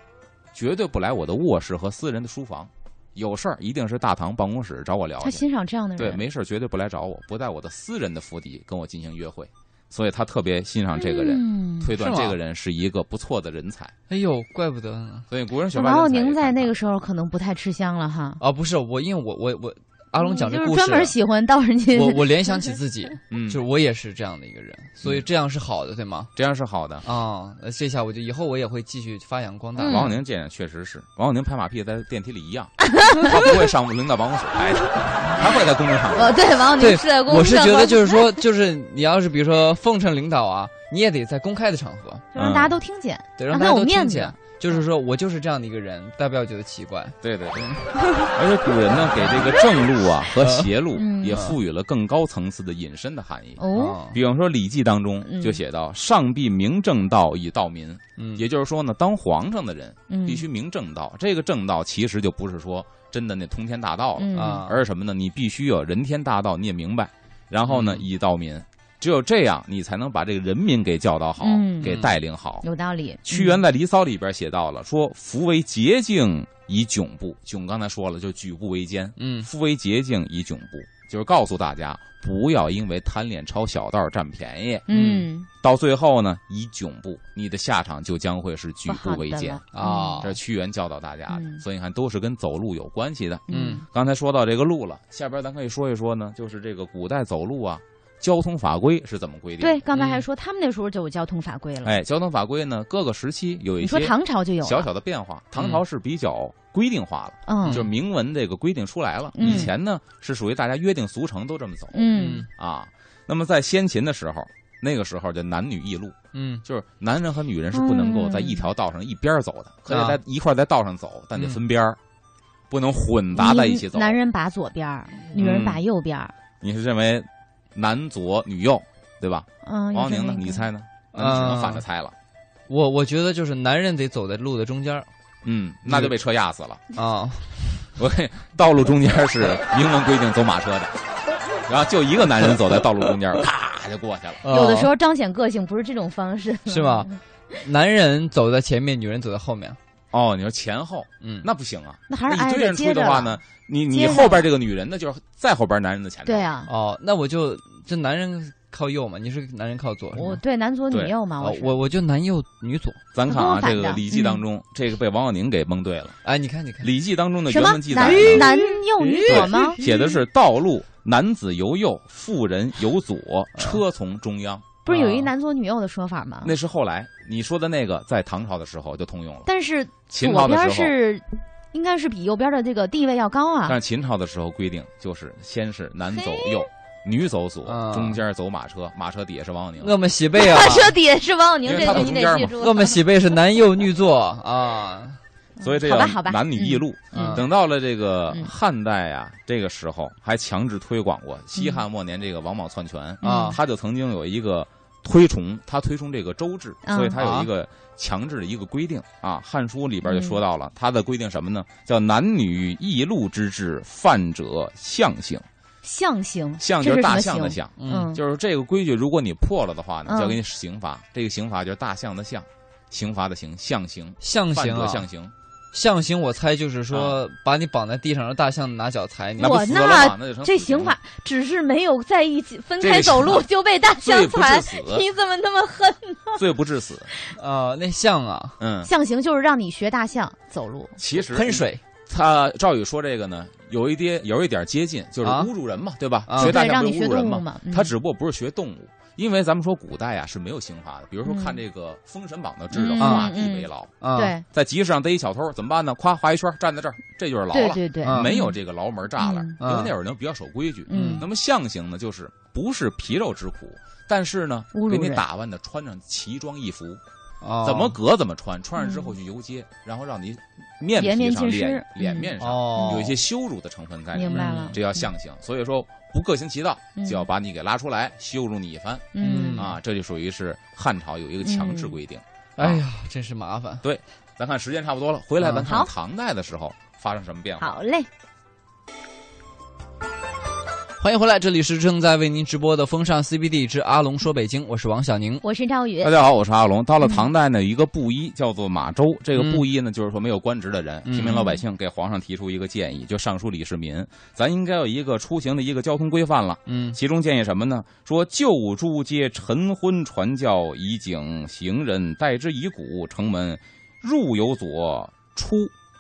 [SPEAKER 3] 绝对不来我的卧室和私人的书房。有事儿一定是大堂办公室找我聊
[SPEAKER 2] 他
[SPEAKER 3] 去，
[SPEAKER 2] 欣赏这样的
[SPEAKER 3] 对，
[SPEAKER 2] 人，
[SPEAKER 3] 没事儿绝对不来找我，不在我的私人的府邸跟我进行约会。所以他特别欣赏这个人，
[SPEAKER 2] 嗯
[SPEAKER 3] 推断
[SPEAKER 1] 是吗
[SPEAKER 3] 这个人是一个不错的人才。
[SPEAKER 1] 哎呦，怪不得呢。
[SPEAKER 3] 所以古人选拔
[SPEAKER 2] 王
[SPEAKER 3] 人
[SPEAKER 2] 浩
[SPEAKER 3] 才也
[SPEAKER 2] 宁在
[SPEAKER 3] 看
[SPEAKER 2] 那
[SPEAKER 3] 他
[SPEAKER 2] 个时候可能不太吃香了哈。
[SPEAKER 1] 啊，不是我，因为我我我阿龙讲
[SPEAKER 2] 你
[SPEAKER 1] 这
[SPEAKER 2] 嗯就是
[SPEAKER 1] 故
[SPEAKER 2] 专门
[SPEAKER 1] 事，
[SPEAKER 2] 喜欢到人家
[SPEAKER 1] 我我联想起自己，
[SPEAKER 3] 嗯，
[SPEAKER 1] 就是我也是这样的一个人，所
[SPEAKER 2] 嗯
[SPEAKER 1] 以这样是好的，对吗？
[SPEAKER 3] 这样是好的。
[SPEAKER 1] 啊、呃这下我就以后我也会继续发扬光大。
[SPEAKER 2] 嗯
[SPEAKER 3] 王小宁这点确实是，王小宁拍马屁在电梯里一样， 他不会上领导办公室拍去，他会在公众场 合。
[SPEAKER 2] 哦，对，王
[SPEAKER 1] 对
[SPEAKER 2] 女士在公
[SPEAKER 1] 我是
[SPEAKER 2] 正
[SPEAKER 1] 觉得
[SPEAKER 2] 和
[SPEAKER 1] 就是说，就是你要是比如说奉承领导啊，你也得在公开的场合，
[SPEAKER 2] 就让大家都听见，
[SPEAKER 1] 得让
[SPEAKER 2] 让
[SPEAKER 1] 大家
[SPEAKER 2] 他啊有
[SPEAKER 1] 都听
[SPEAKER 2] 面
[SPEAKER 1] 见
[SPEAKER 2] 子。。
[SPEAKER 1] 就是说我就是这样的一个人，大家不要觉得奇怪。
[SPEAKER 3] 对对对，而且古人呢，给这个正路啊和邪路
[SPEAKER 2] 嗯
[SPEAKER 3] 也赋予了更高层次的引申的含义。
[SPEAKER 2] 哦，
[SPEAKER 1] 啊
[SPEAKER 3] 比方说《礼记》当中
[SPEAKER 2] 嗯
[SPEAKER 3] 就写到：“上必明正道以道民。”
[SPEAKER 1] 嗯，
[SPEAKER 3] 也就是说呢，当皇上的人
[SPEAKER 2] 嗯，
[SPEAKER 3] 必须明正道。这个正道其实就不是说真的那通天大道了，
[SPEAKER 2] 嗯
[SPEAKER 1] 啊，
[SPEAKER 3] 而是什么呢？你必须有人天大道，你也明白。然后呢，
[SPEAKER 1] 嗯
[SPEAKER 3] 以道民，只有这样，你才能把这个人民给教导好，
[SPEAKER 2] 嗯
[SPEAKER 3] 给带领好。
[SPEAKER 2] 有道理。
[SPEAKER 3] 屈原在《离骚》里边写到了，说：“夫为洁净以迥步。”迥刚才说了，就举步维艰。
[SPEAKER 1] 嗯
[SPEAKER 3] 夫为洁净以迥步，就是告诉大家不要因为贪恋抄小道占便宜，
[SPEAKER 2] 嗯，
[SPEAKER 3] 到最后呢以迥步，你的下场就将会是举
[SPEAKER 2] 不
[SPEAKER 3] 步
[SPEAKER 2] 好的
[SPEAKER 3] 维艰
[SPEAKER 2] 了。
[SPEAKER 1] 啊
[SPEAKER 3] 这是屈原教导大家的，
[SPEAKER 2] 嗯
[SPEAKER 3] 所以你看都是跟走路有关系的。
[SPEAKER 2] 嗯
[SPEAKER 3] 刚才说到这个路了，下边咱可以说一说呢，就是这个古代走路啊，交通法规是怎么规定？
[SPEAKER 2] 对，，刚才
[SPEAKER 1] 嗯
[SPEAKER 2] 还说他们那时候就有交通法规了。
[SPEAKER 3] 哎，交通法规呢，各个时期有一
[SPEAKER 2] 你说
[SPEAKER 3] 些
[SPEAKER 2] 唐朝啊就有了
[SPEAKER 3] 小小的变化。唐朝是比较规定化了，
[SPEAKER 2] 嗯
[SPEAKER 3] 就是明文这个规定出来了。
[SPEAKER 2] 嗯
[SPEAKER 3] 以前呢是属于大家约定俗成都这么走
[SPEAKER 2] 嗯
[SPEAKER 3] 啊。那么在先秦的时候，那个时候就男女异路，
[SPEAKER 1] 嗯
[SPEAKER 3] 就是男人和女人是不能够在一条道上一边儿走
[SPEAKER 2] 嗯
[SPEAKER 3] 的，可以
[SPEAKER 2] 啊
[SPEAKER 3] 在一块儿在道上走，但得分边儿，不能混杂嗯在一起走。嗯
[SPEAKER 2] 男人把左边儿，女人把右边儿。
[SPEAKER 3] 你是认为男左女右对吧？
[SPEAKER 2] 嗯，
[SPEAKER 3] 王
[SPEAKER 2] 有这
[SPEAKER 3] 宁呢？
[SPEAKER 2] 么一
[SPEAKER 3] 你
[SPEAKER 2] 个
[SPEAKER 3] 猜呢？那你只能反着
[SPEAKER 1] 啊
[SPEAKER 3] 猜了。
[SPEAKER 1] 我我觉得就是男人得走在路的中间儿
[SPEAKER 3] 嗯，那就被车压死了。
[SPEAKER 1] 啊，
[SPEAKER 3] 我跟你道路中间是明文规定走马车的，然后就一个男人走在道路中间，咔就过去了。
[SPEAKER 2] 有的时
[SPEAKER 3] 哦
[SPEAKER 1] 候
[SPEAKER 2] 候嗯彰显个性不是这种方式，
[SPEAKER 1] 哦 是吗？男人走在前面，女人走在后面。
[SPEAKER 3] 哦，你说前后
[SPEAKER 1] 嗯，
[SPEAKER 3] 那不行啊，
[SPEAKER 2] 那还
[SPEAKER 3] 那
[SPEAKER 2] 是挨
[SPEAKER 3] 一堆
[SPEAKER 2] 着
[SPEAKER 3] 人出
[SPEAKER 2] 接着
[SPEAKER 3] 的话
[SPEAKER 2] 了
[SPEAKER 3] 呢，你你
[SPEAKER 2] 接着
[SPEAKER 3] 后边这个女人呢，就是在后边男人的前头。
[SPEAKER 2] 对 啊，
[SPEAKER 1] 哦，那我就这男人靠右嘛，你是男人靠左是
[SPEAKER 2] 我
[SPEAKER 1] 吗？
[SPEAKER 2] 对男左女
[SPEAKER 3] 嗯对哦
[SPEAKER 2] 右嘛，
[SPEAKER 1] 啊，
[SPEAKER 2] 是
[SPEAKER 1] 我我就男右女左。
[SPEAKER 3] 咱看啊，
[SPEAKER 2] 那跟我反嗯
[SPEAKER 3] 这
[SPEAKER 2] 着
[SPEAKER 3] 个《礼记》当中，这个被王小宁给蒙对了，
[SPEAKER 1] 哎，你看你
[SPEAKER 3] 《
[SPEAKER 1] 看，
[SPEAKER 3] 礼记》当中的嗯
[SPEAKER 2] 什
[SPEAKER 3] 原
[SPEAKER 2] 么
[SPEAKER 3] 文记载
[SPEAKER 2] 男
[SPEAKER 3] 呢
[SPEAKER 2] 男嗯右女左吗？
[SPEAKER 3] 写的是道路男子由右，妇人由左，
[SPEAKER 2] 嗯
[SPEAKER 3] 车从中央。
[SPEAKER 2] 不是有一
[SPEAKER 1] 啊
[SPEAKER 2] 男左女右的说法吗？
[SPEAKER 3] 那是后来你说的那个，在唐朝的时候就通用了，
[SPEAKER 2] 但是
[SPEAKER 3] 秦
[SPEAKER 2] 左
[SPEAKER 3] 朝的
[SPEAKER 2] 边
[SPEAKER 3] 时候。
[SPEAKER 2] 是应该是比右边的这个地位要高啊
[SPEAKER 3] 但。是秦朝的时候规定就是先是男走右，女走左，
[SPEAKER 1] 啊
[SPEAKER 3] 中间走马车，马车底下是王宁。
[SPEAKER 1] 我们喜贝啊，
[SPEAKER 2] 他说底 下是王小宁
[SPEAKER 3] 因为
[SPEAKER 2] 这
[SPEAKER 3] 他
[SPEAKER 2] 句
[SPEAKER 3] 们
[SPEAKER 2] 你
[SPEAKER 3] 中间
[SPEAKER 2] 得记
[SPEAKER 3] 嘛
[SPEAKER 2] 住。嗯
[SPEAKER 1] 我们喜贝是男右女左啊。
[SPEAKER 3] 所以这
[SPEAKER 2] 好
[SPEAKER 3] 叫
[SPEAKER 2] 吧好吧
[SPEAKER 3] 男女异路。
[SPEAKER 1] 嗯
[SPEAKER 3] 等到了这个
[SPEAKER 2] 啊嗯
[SPEAKER 3] 汉代啊，这个时候还强制推广过。西汉末年，这个王莽篡权，
[SPEAKER 2] 嗯
[SPEAKER 1] 啊
[SPEAKER 3] 他就曾经有一个推崇，他推崇这个周制，
[SPEAKER 2] 嗯
[SPEAKER 3] 所以他有一个强制的一个规定啊。《汉书》里边就说到了，他的规定什么呢？叫男女异路之制，犯者象刑。
[SPEAKER 2] 象形，
[SPEAKER 3] 象
[SPEAKER 2] 这
[SPEAKER 3] 就是
[SPEAKER 2] 什
[SPEAKER 3] 是大
[SPEAKER 2] 么
[SPEAKER 3] 象的
[SPEAKER 2] 形，
[SPEAKER 3] 象。
[SPEAKER 2] 嗯，
[SPEAKER 3] 就是这个规矩，如果你破了的话呢，
[SPEAKER 2] 嗯
[SPEAKER 3] 就要给你刑罚。这个刑罚就是大象的象，刑罚的刑，象刑，
[SPEAKER 1] 象
[SPEAKER 3] 犯
[SPEAKER 1] 形
[SPEAKER 3] 者
[SPEAKER 1] 啊，
[SPEAKER 3] 象刑。
[SPEAKER 1] 象形，我猜就是
[SPEAKER 3] 啊
[SPEAKER 1] 说把你绑在地上，让大象拿脚踩你
[SPEAKER 3] 那。不
[SPEAKER 2] 我
[SPEAKER 3] 死了
[SPEAKER 2] 那
[SPEAKER 3] 吗？那就成
[SPEAKER 2] 这
[SPEAKER 3] 死刑
[SPEAKER 2] 刑法
[SPEAKER 3] 了
[SPEAKER 2] 只是没有在一起分
[SPEAKER 3] 这
[SPEAKER 2] 开
[SPEAKER 3] 个
[SPEAKER 2] 走
[SPEAKER 3] 是
[SPEAKER 2] 路就被大象
[SPEAKER 3] 罪不
[SPEAKER 2] 踩
[SPEAKER 3] 至， 死，嗯
[SPEAKER 2] 你怎么那么狠？
[SPEAKER 3] 罪不至死。
[SPEAKER 1] 啊，那象啊，
[SPEAKER 3] 嗯，
[SPEAKER 2] 象形就是让你学大象走路，
[SPEAKER 3] 其实
[SPEAKER 1] 喷。水
[SPEAKER 3] 他赵宇说这个呢，有一点有一点接近，就是
[SPEAKER 1] 啊
[SPEAKER 3] 侮辱人嘛，对吧？
[SPEAKER 1] 啊
[SPEAKER 3] 学大
[SPEAKER 2] 对，
[SPEAKER 3] 象
[SPEAKER 2] 让
[SPEAKER 3] 不
[SPEAKER 2] 你
[SPEAKER 3] 是
[SPEAKER 2] 学
[SPEAKER 3] 侮辱人
[SPEAKER 2] 动物
[SPEAKER 3] 嘛？
[SPEAKER 2] 嘛。嗯
[SPEAKER 3] 他只不过不是学动物，因为咱们说古代啊是没有刑罚的。比如说
[SPEAKER 2] 嗯
[SPEAKER 3] 看这个《封神榜》都知道，
[SPEAKER 2] 嗯
[SPEAKER 3] 画
[SPEAKER 2] 嗯
[SPEAKER 3] 地为牢，
[SPEAKER 1] 啊，，
[SPEAKER 2] 对
[SPEAKER 3] 在集市上逮一小偷怎么办呢？夸画一圈，站在这儿，这就是牢
[SPEAKER 2] 对
[SPEAKER 3] 了。
[SPEAKER 2] 对对，
[SPEAKER 1] 啊
[SPEAKER 3] 没有这个牢门栅栏，
[SPEAKER 1] 嗯
[SPEAKER 3] 因为那会儿人比较守规矩。
[SPEAKER 2] 嗯
[SPEAKER 3] 那么象形呢，就是不是皮肉之苦，但是呢
[SPEAKER 2] 侮辱，
[SPEAKER 3] 给你
[SPEAKER 2] 人
[SPEAKER 3] 打扮的穿上奇装异服，
[SPEAKER 1] 哦
[SPEAKER 3] 怎么革怎么穿，穿上之后去游街，然后让你面
[SPEAKER 2] 颜嗯
[SPEAKER 3] 皮
[SPEAKER 2] 面
[SPEAKER 3] 上、
[SPEAKER 2] 尽
[SPEAKER 3] 脸
[SPEAKER 2] 失
[SPEAKER 3] 脸
[SPEAKER 2] 嗯
[SPEAKER 3] 面上
[SPEAKER 1] 哦，
[SPEAKER 3] 有一些羞辱的成分在里
[SPEAKER 2] 明
[SPEAKER 3] 面，
[SPEAKER 2] 白了，
[SPEAKER 3] 嗯这叫象形。所以说不各行其道，
[SPEAKER 2] 嗯
[SPEAKER 3] 就要把你给拉出来，羞辱你一番
[SPEAKER 2] 嗯
[SPEAKER 1] 嗯
[SPEAKER 3] 啊！这就属于是汉朝有一个强制规定。
[SPEAKER 1] 哎呀，真是麻烦。
[SPEAKER 3] 咱看时间差不多了，回来咱
[SPEAKER 1] 嗯
[SPEAKER 3] 看
[SPEAKER 2] 好
[SPEAKER 3] 唐代的时候发生什么变
[SPEAKER 2] 嗯
[SPEAKER 3] 化。
[SPEAKER 2] 好嘞，
[SPEAKER 1] 欢迎回来，这里是正在为您直播的风尚 CBD 之阿龙说北京，我是王小宁。
[SPEAKER 2] 我是赵宇
[SPEAKER 3] 大，家好，我是阿龙。到了
[SPEAKER 2] 嗯
[SPEAKER 3] 唐代呢，有一个布衣叫做马周，这个
[SPEAKER 1] 嗯
[SPEAKER 3] 布衣呢，就是说没有官职的人，
[SPEAKER 1] 嗯
[SPEAKER 3] 平民老百姓给皇上提出一个建议，就上书李世民，咱应该有一个出行的一个交通规范了。
[SPEAKER 1] 嗯
[SPEAKER 3] 其中建议什么呢？说旧诸街晨昏传教，以警行人，代之以鼓。城门入有左，出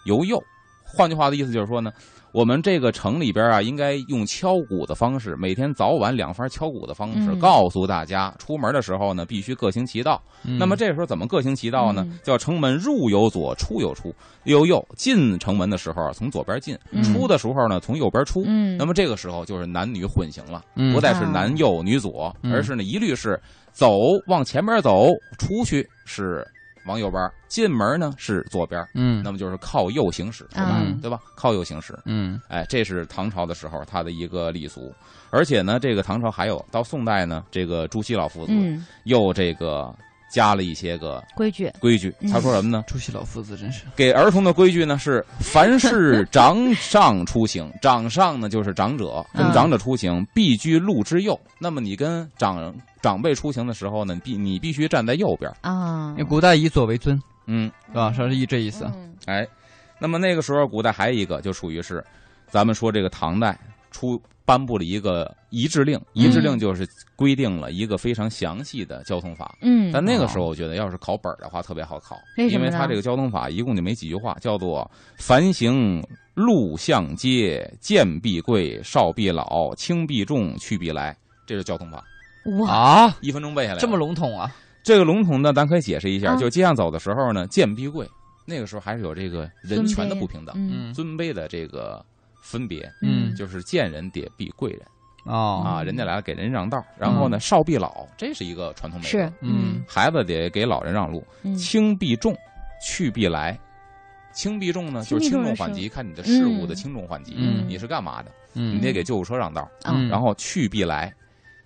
[SPEAKER 3] 有右，换句话的意思就是说呢，我们这个城里边啊，应该用敲鼓的方式，每天早晚两番敲鼓的方式，
[SPEAKER 2] 嗯
[SPEAKER 3] 告诉大家，出门的时候呢，必须各行其道。
[SPEAKER 1] 嗯
[SPEAKER 3] 那么这时候怎么各行其道呢？
[SPEAKER 2] 嗯
[SPEAKER 3] 叫城门入有左，出有出，有右。进城门的时候啊从左边进，
[SPEAKER 2] 嗯
[SPEAKER 3] 出的时候呢从右边出。
[SPEAKER 2] 嗯，
[SPEAKER 3] 那么这个时候就是男女混行了，
[SPEAKER 1] 嗯
[SPEAKER 3] 不再是
[SPEAKER 2] 啊
[SPEAKER 3] 男右女左，
[SPEAKER 1] 嗯
[SPEAKER 3] 而是呢一律是走往前边走，出去是往右边，进门呢是左边。
[SPEAKER 1] 嗯
[SPEAKER 3] 那么就是靠右行驶，对
[SPEAKER 2] 啊
[SPEAKER 3] 吧？
[SPEAKER 1] 嗯
[SPEAKER 3] 对吧？靠右行驶，
[SPEAKER 1] 嗯
[SPEAKER 3] 哎，这是唐朝的时候他的一个礼俗。而且呢，这个唐朝还有到宋代呢，这个朱熹老夫子
[SPEAKER 2] 嗯，
[SPEAKER 3] 又这个加了一些个
[SPEAKER 2] 规矩，
[SPEAKER 3] 规矩
[SPEAKER 2] 嗯。
[SPEAKER 3] 他说什么呢？
[SPEAKER 1] 朱熹老夫子真是
[SPEAKER 3] 给儿童的规矩呢是，凡是长上出行，长上呢就是长者，跟
[SPEAKER 2] 嗯
[SPEAKER 3] 长者出行必居路之右。那么你跟长长辈出行的时候呢，你必你必须站在右边。
[SPEAKER 2] 啊
[SPEAKER 1] 因为，古代以左为尊，
[SPEAKER 3] 嗯，
[SPEAKER 1] 是吧？啊它是一这意思。啊
[SPEAKER 2] 嗯
[SPEAKER 3] 哎，那么那个时候古代还有一个就属于是，咱们说这个唐代出颁布了一个遗制令，遗制令就是规定了一个非常详细的交通法。
[SPEAKER 2] 嗯，
[SPEAKER 3] 但那个时候，我觉得要是考本儿的话，特别好考，
[SPEAKER 2] 为什
[SPEAKER 3] 因
[SPEAKER 2] 么呢
[SPEAKER 3] 为它这个交通法一共就没几句话，叫做“凡行路向街，贱必贵，少必老，轻必重，去必来”，这是交通法，
[SPEAKER 2] 哇，
[SPEAKER 1] 啊，
[SPEAKER 3] 一分钟背下来了。
[SPEAKER 1] 这么笼统啊？
[SPEAKER 3] 这个笼统呢，咱可以解释一下，
[SPEAKER 2] 啊
[SPEAKER 3] 就街上走的时候呢，贱必贵，那个时候还是有这个人权的不平等、
[SPEAKER 2] 嗯
[SPEAKER 1] 嗯
[SPEAKER 3] 尊卑的这个分别，
[SPEAKER 1] 嗯
[SPEAKER 3] 就是贱人得避贵人
[SPEAKER 1] 哦，
[SPEAKER 3] 啊，
[SPEAKER 2] 嗯
[SPEAKER 3] 人家来了给人让道，然后呢，少必老，这是一个传统美德，
[SPEAKER 2] 是，
[SPEAKER 1] 嗯
[SPEAKER 3] 孩子得给老人让路，
[SPEAKER 2] 嗯
[SPEAKER 3] 轻必重，去必来。轻必重呢，
[SPEAKER 2] 轻
[SPEAKER 3] 就
[SPEAKER 2] 必
[SPEAKER 3] 是
[SPEAKER 2] 重
[SPEAKER 3] 轻重缓急，看你的事物的轻重缓急。
[SPEAKER 1] 嗯
[SPEAKER 3] 你是干嘛的？
[SPEAKER 1] 嗯
[SPEAKER 3] 你得给救护车让道，
[SPEAKER 1] 嗯
[SPEAKER 3] 然后去必来。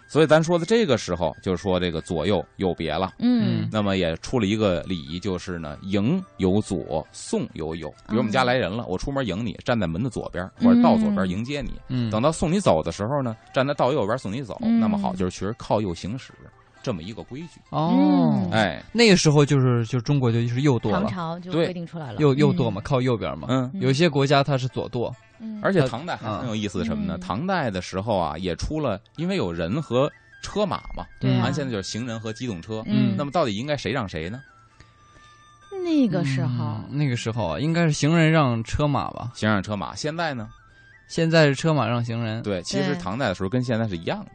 [SPEAKER 3] 所以咱说的这个时候，就是说这个左右有别了。
[SPEAKER 2] 嗯
[SPEAKER 1] 嗯
[SPEAKER 3] 那么也出了一个礼仪，就是呢，迎有左，送有右。比如我们家来人了，我出门迎你，站在门的左边或者到左边
[SPEAKER 2] 嗯
[SPEAKER 3] 迎接你。
[SPEAKER 1] 嗯，
[SPEAKER 3] 等到送你走的时候呢，站在道右边送你走。
[SPEAKER 2] 嗯
[SPEAKER 3] 那么好，就是其实靠右行驶这么一个规矩。
[SPEAKER 1] 哦
[SPEAKER 2] 嗯，
[SPEAKER 3] 哎，
[SPEAKER 1] 那个时候就是就中国就是右舵
[SPEAKER 2] 唐
[SPEAKER 1] 了，
[SPEAKER 2] 朝就
[SPEAKER 3] 对
[SPEAKER 2] 规定出来了，
[SPEAKER 1] 右右舵
[SPEAKER 2] 嗯
[SPEAKER 1] 嘛，，靠右边嘛。
[SPEAKER 3] 嗯，
[SPEAKER 1] 有些国家它是左舵，
[SPEAKER 2] 嗯
[SPEAKER 3] 而且
[SPEAKER 1] 它
[SPEAKER 3] 唐代还
[SPEAKER 1] 嗯
[SPEAKER 3] 很有意思的什么呢？
[SPEAKER 2] 嗯
[SPEAKER 3] 唐代的时候啊，也出了，因为有人和车马嘛，
[SPEAKER 2] 对啊
[SPEAKER 3] 按现在就是行人和机动车。
[SPEAKER 1] 嗯
[SPEAKER 3] 那么到底应该谁让谁呢？
[SPEAKER 2] 那个时候
[SPEAKER 1] 嗯，那个时候啊，应该是行人让车马吧？
[SPEAKER 3] 行让车马。现在呢？
[SPEAKER 1] 现在是车马让行人，
[SPEAKER 3] 对，其实
[SPEAKER 2] 嗯对
[SPEAKER 3] 唐代的时候跟现在是一样的。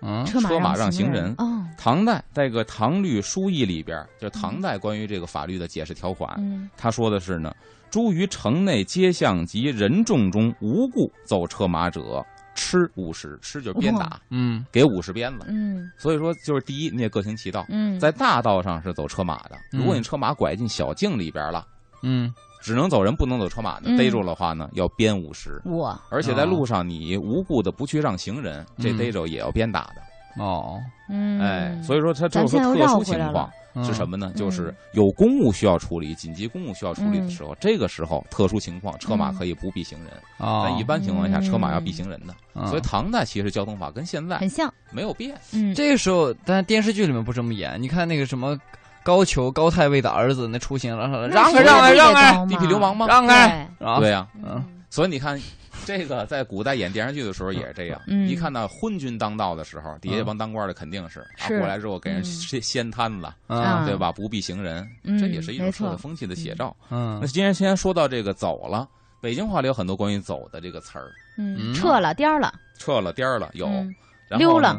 [SPEAKER 1] 嗯，
[SPEAKER 2] 车
[SPEAKER 3] 车马
[SPEAKER 2] 让
[SPEAKER 3] 让行
[SPEAKER 2] 人
[SPEAKER 3] 人，啊
[SPEAKER 2] 哦，
[SPEAKER 3] 唐代在个《唐律疏议》里边，就是唐代关于这个法律的解释条款，
[SPEAKER 2] 嗯
[SPEAKER 3] 他说的是呢：诸于城内街巷及人众中无故奏车马者，吃五十，吃就是鞭
[SPEAKER 2] 哦
[SPEAKER 3] 打，
[SPEAKER 1] 嗯
[SPEAKER 3] 给五十鞭子。
[SPEAKER 2] 嗯
[SPEAKER 3] 所以说，就是第一，你得各行其道。
[SPEAKER 2] 嗯，
[SPEAKER 3] 在大道上是走车马的，
[SPEAKER 1] 嗯
[SPEAKER 3] 如果你车马拐进小径里边了，
[SPEAKER 1] 嗯
[SPEAKER 3] 只能走人不能走车马的，
[SPEAKER 2] 嗯
[SPEAKER 3] 逮住的话呢要鞭五十，
[SPEAKER 2] 我
[SPEAKER 3] 而
[SPEAKER 1] 哦
[SPEAKER 3] 且在路上你无故的不去让行人，
[SPEAKER 1] 嗯
[SPEAKER 3] 这逮着也要鞭打的。
[SPEAKER 1] 哦，
[SPEAKER 2] 嗯
[SPEAKER 3] 哎，所以说它这
[SPEAKER 2] 咱
[SPEAKER 3] 是
[SPEAKER 2] 现在又
[SPEAKER 3] 特
[SPEAKER 2] 绕
[SPEAKER 3] 殊
[SPEAKER 2] 回
[SPEAKER 3] 情
[SPEAKER 2] 来
[SPEAKER 3] 况
[SPEAKER 2] 了
[SPEAKER 1] 嗯
[SPEAKER 3] 是什么呢？
[SPEAKER 2] 嗯
[SPEAKER 3] 就是有公务需要处理、紧急公务需要处理的时候，这个时候特殊情况车马可以不避行人，
[SPEAKER 1] 啊？
[SPEAKER 3] 但一般情况下
[SPEAKER 2] 嗯
[SPEAKER 3] 车马要避行人的。
[SPEAKER 1] 嗯
[SPEAKER 3] 所以唐代其实交通法跟现在
[SPEAKER 2] 很像，
[SPEAKER 3] 没有变。
[SPEAKER 2] 嗯，
[SPEAKER 1] 这个时候，但电视剧里面不这么演。你看那个什么高俅高太尉的儿子那出行，然后让开让开让开，
[SPEAKER 3] 地痞流氓吗？
[SPEAKER 1] 让开，啊！
[SPEAKER 3] 对呀、
[SPEAKER 1] 嗯
[SPEAKER 2] 嗯
[SPEAKER 3] 所以你看，这个在古代演电视剧的时候也是这样。
[SPEAKER 2] 嗯
[SPEAKER 3] 一看到昏君当道的时候，底下这帮当官的肯定是啊，
[SPEAKER 2] 是
[SPEAKER 3] 过来之后给人
[SPEAKER 2] 嗯啊
[SPEAKER 3] 掀掀摊子，
[SPEAKER 1] 嗯
[SPEAKER 3] 对吧？不避行人，
[SPEAKER 2] 嗯
[SPEAKER 3] 这也是一种
[SPEAKER 2] 没
[SPEAKER 3] 社
[SPEAKER 2] 错
[SPEAKER 3] 会风气的写照。那
[SPEAKER 1] 嗯
[SPEAKER 3] 今天先说到这个走了，北京话里有很多关于走的这个词儿，
[SPEAKER 1] 嗯
[SPEAKER 2] 嗯，撤了颠儿了，
[SPEAKER 3] 撤了颠儿了有，
[SPEAKER 2] 嗯
[SPEAKER 3] 然后呢
[SPEAKER 2] 溜了，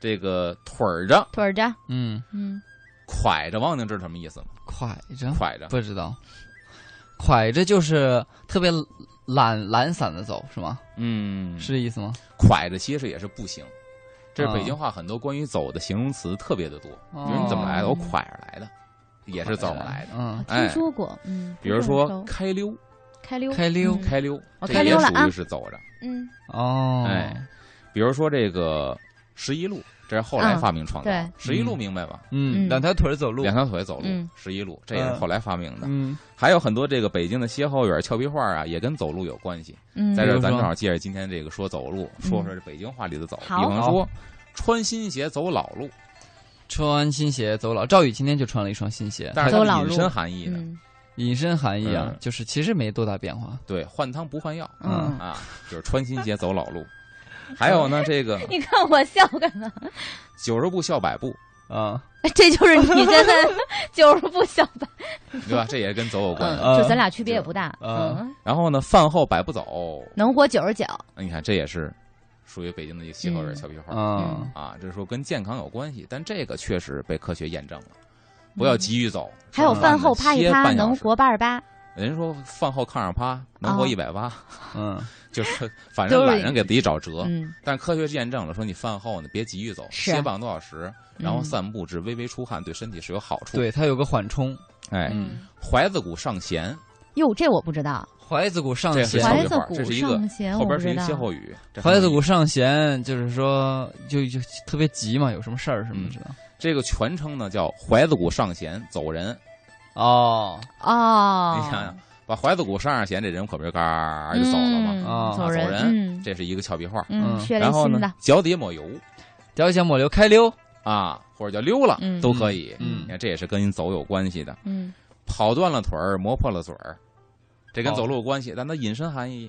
[SPEAKER 3] 这个腿儿着、
[SPEAKER 2] 腿儿着，
[SPEAKER 1] 嗯，
[SPEAKER 2] 嗯
[SPEAKER 3] 拐着，汪宁知道什么意思吗？
[SPEAKER 1] 蒯
[SPEAKER 2] 啊
[SPEAKER 1] 着
[SPEAKER 3] 拐着，
[SPEAKER 1] 不知道，蒯着就是特别懒懒散的走是吗？
[SPEAKER 3] 嗯，
[SPEAKER 1] 是这意思吗？
[SPEAKER 3] 拐着，其实也是步行。这是北
[SPEAKER 1] 啊
[SPEAKER 3] 京话很多关于走的形容词特别的多。
[SPEAKER 1] 比
[SPEAKER 3] 比如你怎么来的？
[SPEAKER 2] 哦
[SPEAKER 3] 我拐着来的，也是走着来的。
[SPEAKER 1] 嗯，
[SPEAKER 2] 听说过，嗯，
[SPEAKER 3] 哎比如
[SPEAKER 2] 不
[SPEAKER 3] 说
[SPEAKER 2] 用收
[SPEAKER 3] 开溜，
[SPEAKER 2] 开溜，
[SPEAKER 1] 开溜
[SPEAKER 2] 嗯
[SPEAKER 3] 开溜，
[SPEAKER 2] 哦
[SPEAKER 3] 这
[SPEAKER 2] 开溜
[SPEAKER 3] 也
[SPEAKER 2] 了
[SPEAKER 3] 属
[SPEAKER 2] 啊
[SPEAKER 3] 于是走着。
[SPEAKER 2] 嗯，
[SPEAKER 1] 哦，
[SPEAKER 3] 哎，比如说这个十一路，这是后来
[SPEAKER 2] 嗯
[SPEAKER 3] 发明创造的
[SPEAKER 2] 对。
[SPEAKER 3] 十一路明白吧？
[SPEAKER 1] 嗯，
[SPEAKER 2] 嗯
[SPEAKER 1] 两条腿儿走路
[SPEAKER 3] 两，条腿走路
[SPEAKER 2] 嗯，
[SPEAKER 3] 十一路，这也是后来发明的。
[SPEAKER 1] 嗯，
[SPEAKER 3] 还有很多这个北京的歇后语儿、俏皮话啊，也跟走路有关系。
[SPEAKER 2] 嗯，
[SPEAKER 3] 在
[SPEAKER 1] 比
[SPEAKER 3] 这儿，
[SPEAKER 1] 如
[SPEAKER 3] 咱
[SPEAKER 1] 说
[SPEAKER 3] 正好借着今天这个说走路，说说这北京话里的走。比
[SPEAKER 2] 好嗯
[SPEAKER 3] 方说，穿新鞋走老路，
[SPEAKER 1] 穿新鞋走老。赵宇今天就穿了一双新鞋，
[SPEAKER 3] 但是
[SPEAKER 2] 走老
[SPEAKER 3] 它
[SPEAKER 2] 路
[SPEAKER 3] 隐身含义呢，
[SPEAKER 2] 嗯
[SPEAKER 1] 引申含义啊
[SPEAKER 3] 嗯，
[SPEAKER 1] 就是其实没多大变化。
[SPEAKER 3] 对，换汤不换药
[SPEAKER 1] 嗯
[SPEAKER 2] 嗯，
[SPEAKER 3] 啊，就是穿新 鞋走老路。还有呢，这个
[SPEAKER 2] 你看我笑干嘛？
[SPEAKER 3] 九十步笑百步，
[SPEAKER 1] 啊，
[SPEAKER 2] 这就是你现 在就是不想摆，
[SPEAKER 3] 对吧？这也跟走有关系。
[SPEAKER 2] 嗯，就咱俩区别也不大，
[SPEAKER 1] 嗯
[SPEAKER 2] 嗯，
[SPEAKER 3] 然后呢，饭后摆不走，
[SPEAKER 2] 能活九十九，
[SPEAKER 3] 你看这也是属于北京的一个歇后语
[SPEAKER 2] 嗯
[SPEAKER 3] 小屁话
[SPEAKER 1] 嗯
[SPEAKER 3] 啊，这说跟健康有关系，但这个确实被科学验证了。
[SPEAKER 2] 嗯
[SPEAKER 3] 不要急于走，
[SPEAKER 2] 还有
[SPEAKER 3] 吃完
[SPEAKER 2] 饭
[SPEAKER 3] 呢
[SPEAKER 2] 后趴一
[SPEAKER 3] 啊歇
[SPEAKER 2] 趴
[SPEAKER 3] 半小
[SPEAKER 2] 能
[SPEAKER 3] 时
[SPEAKER 2] 活八十八，
[SPEAKER 3] 人家说饭后炕上趴能活
[SPEAKER 2] 啊
[SPEAKER 3] 一百 八，
[SPEAKER 1] 嗯
[SPEAKER 3] 就是反
[SPEAKER 2] 都
[SPEAKER 3] 正
[SPEAKER 2] 是
[SPEAKER 3] 懒人给自己找辙。
[SPEAKER 2] 嗯，
[SPEAKER 3] 但科学验证了，说你饭后呢别急于走，
[SPEAKER 2] 是啊
[SPEAKER 3] 歇半个多小时，然后
[SPEAKER 2] 嗯
[SPEAKER 3] 散步至微微出汗，对身体是有好处。，
[SPEAKER 1] 对，它有个缓冲，
[SPEAKER 3] 哎，
[SPEAKER 1] 嗯
[SPEAKER 3] 怀子骨上弦，
[SPEAKER 2] 哟，这我不知道，
[SPEAKER 1] 怀子骨上
[SPEAKER 3] 这
[SPEAKER 1] 弦，
[SPEAKER 3] 是小
[SPEAKER 2] 怀
[SPEAKER 3] 屁
[SPEAKER 2] 子
[SPEAKER 3] 话
[SPEAKER 2] 骨
[SPEAKER 3] 这是一个
[SPEAKER 2] 上弦，
[SPEAKER 3] 后
[SPEAKER 2] 哎我不
[SPEAKER 3] 边是
[SPEAKER 2] 知
[SPEAKER 3] 一个
[SPEAKER 2] 道
[SPEAKER 3] 歇，后语。这
[SPEAKER 1] 怀子
[SPEAKER 3] 很有
[SPEAKER 1] 骨
[SPEAKER 3] 意思
[SPEAKER 1] 上弦就是说就就特别急嘛，有什么事儿什么之类的。
[SPEAKER 3] 这个全称呢叫怀子骨上弦走人。嗯
[SPEAKER 1] 哦，
[SPEAKER 2] 哦，
[SPEAKER 3] 你想想，把怀子骨上上弦，这人可不是嘎就走了吗？
[SPEAKER 2] 嗯
[SPEAKER 1] 啊
[SPEAKER 2] 走
[SPEAKER 3] 走
[SPEAKER 2] 人，
[SPEAKER 3] 人
[SPEAKER 2] 嗯
[SPEAKER 3] 这是一个俏皮话。
[SPEAKER 2] 嗯，
[SPEAKER 1] 嗯
[SPEAKER 2] 学了
[SPEAKER 3] 然
[SPEAKER 2] 一
[SPEAKER 3] 后
[SPEAKER 2] 新
[SPEAKER 3] 呢
[SPEAKER 2] 的，，
[SPEAKER 3] 脚底抹油
[SPEAKER 1] 脚下抹流开溜，
[SPEAKER 3] 啊，或者叫溜了
[SPEAKER 2] 嗯
[SPEAKER 3] 都可以。
[SPEAKER 1] 嗯
[SPEAKER 3] 你看这也是跟走有关系的。
[SPEAKER 2] 嗯，
[SPEAKER 3] 跑断了腿儿，磨破了嘴儿，这跟
[SPEAKER 1] 跑
[SPEAKER 3] 走路有关系，但它引申含义。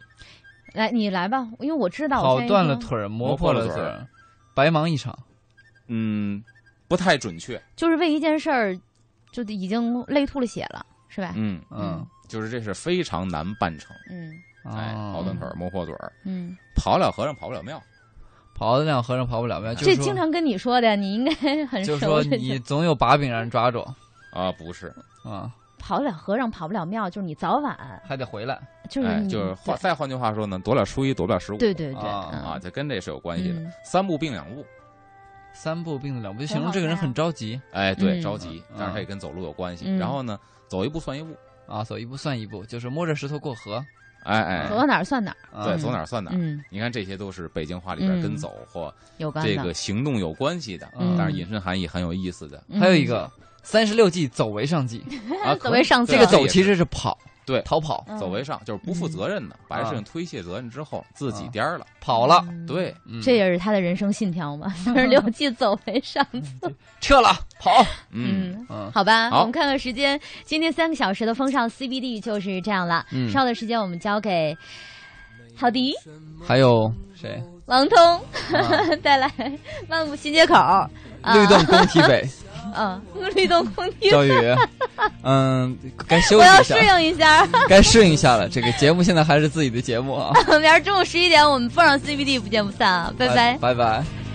[SPEAKER 2] 来你来吧，因为我知道，我
[SPEAKER 1] 跑
[SPEAKER 2] 现在一
[SPEAKER 1] 断了
[SPEAKER 2] 听
[SPEAKER 1] 腿儿，磨
[SPEAKER 3] 磨破
[SPEAKER 1] 破
[SPEAKER 3] 了
[SPEAKER 1] 了
[SPEAKER 3] 嘴
[SPEAKER 1] 嘴
[SPEAKER 3] 儿
[SPEAKER 1] 儿，白忙一场。
[SPEAKER 3] 嗯，不太准确。
[SPEAKER 2] 就是为一件事儿，就已经累吐了血了，是吧？
[SPEAKER 3] 嗯，
[SPEAKER 1] 嗯，
[SPEAKER 3] 就是这是非常难办成。
[SPEAKER 2] 嗯
[SPEAKER 3] 哎，
[SPEAKER 1] 哦
[SPEAKER 3] 跑断腿儿，磨破嘴儿，
[SPEAKER 2] 嗯，
[SPEAKER 3] 跑了和尚跑不了庙。
[SPEAKER 1] 跑得了和尚跑不了庙，就是
[SPEAKER 2] 这
[SPEAKER 1] 说
[SPEAKER 2] 经常跟你说的，你应该 很
[SPEAKER 1] 就是
[SPEAKER 2] 熟
[SPEAKER 1] 说
[SPEAKER 2] 这
[SPEAKER 1] 你总有把柄让人抓住
[SPEAKER 3] 啊，不是，
[SPEAKER 1] 啊，
[SPEAKER 2] 跑不了和尚跑不了庙，就是你早晚
[SPEAKER 1] 还得回来。
[SPEAKER 2] 就是
[SPEAKER 3] 哎，
[SPEAKER 2] 你
[SPEAKER 3] 就是换再换句话说呢，躲了初一，躲不了十五。
[SPEAKER 2] 对对对对
[SPEAKER 1] 啊
[SPEAKER 3] 啊，
[SPEAKER 2] 嗯
[SPEAKER 3] 这跟这是有关系的。
[SPEAKER 2] 嗯
[SPEAKER 3] 三步并两步，
[SPEAKER 1] 三步并作两步，就形
[SPEAKER 2] 好
[SPEAKER 1] 容这个人
[SPEAKER 2] 看啊
[SPEAKER 1] 很着急
[SPEAKER 3] 哎，对，
[SPEAKER 2] 嗯
[SPEAKER 3] 着急，
[SPEAKER 1] 嗯
[SPEAKER 3] 但是它也跟走路有关系。
[SPEAKER 2] 嗯
[SPEAKER 3] 然后呢，走一步算一步，
[SPEAKER 1] 啊，走一步算一步，就是摸着石头过河。
[SPEAKER 3] 哎哎，
[SPEAKER 2] 走到哪儿算哪儿，
[SPEAKER 1] 啊
[SPEAKER 3] 对，
[SPEAKER 2] 嗯
[SPEAKER 3] 走哪儿算哪儿。
[SPEAKER 2] 嗯，
[SPEAKER 3] 你看这些都是北京话里边
[SPEAKER 2] 嗯
[SPEAKER 3] 跟走或
[SPEAKER 2] 有关
[SPEAKER 3] 这
[SPEAKER 2] 的
[SPEAKER 3] 个。行动有关系的，
[SPEAKER 1] 嗯
[SPEAKER 3] 当然引申含义很有意思的。
[SPEAKER 2] 嗯
[SPEAKER 1] 还有一个三十六计，走为上计。
[SPEAKER 3] 啊，
[SPEAKER 2] 走
[SPEAKER 3] 可
[SPEAKER 2] 为上
[SPEAKER 3] 对
[SPEAKER 1] 这
[SPEAKER 2] 策
[SPEAKER 1] 个
[SPEAKER 3] 啊
[SPEAKER 1] 走
[SPEAKER 3] 也
[SPEAKER 1] 其
[SPEAKER 3] 是
[SPEAKER 1] 实是跑，
[SPEAKER 3] 对
[SPEAKER 1] 逃跑，
[SPEAKER 3] 走为上，就是不
[SPEAKER 2] 嗯
[SPEAKER 3] 负责任的，把这事情推卸责任之后自己颠儿了。
[SPEAKER 1] 跑了，
[SPEAKER 2] 嗯
[SPEAKER 3] 对，
[SPEAKER 1] 嗯
[SPEAKER 2] 这也是他的人生信条嘛， 三十六计走为上策。
[SPEAKER 1] 撤了，跑，
[SPEAKER 3] 嗯，，
[SPEAKER 1] 嗯
[SPEAKER 2] 好吧，
[SPEAKER 3] 好
[SPEAKER 2] 我们看看时间，今天三个小时的风尚 CBD 就是这样了。
[SPEAKER 1] 嗯
[SPEAKER 2] 稍后的时间我们交给郝迪、
[SPEAKER 3] 嗯
[SPEAKER 1] 嗯还有谁？
[SPEAKER 2] 王通
[SPEAKER 1] 啊
[SPEAKER 2] 带来《漫步新街口》啊。
[SPEAKER 1] 律动工体 北，
[SPEAKER 2] 嗯，律动空地，
[SPEAKER 1] 赵宇，嗯，该休
[SPEAKER 2] 我
[SPEAKER 1] 息
[SPEAKER 2] 要
[SPEAKER 1] 一
[SPEAKER 2] 适
[SPEAKER 1] 下，
[SPEAKER 2] 应一下。
[SPEAKER 1] 该适应一下了。这个节目现在还是自己的节目啊，
[SPEAKER 2] 明儿中午十一点，我们风尚 CBD 不见不散啊！拜拜
[SPEAKER 1] 拜拜。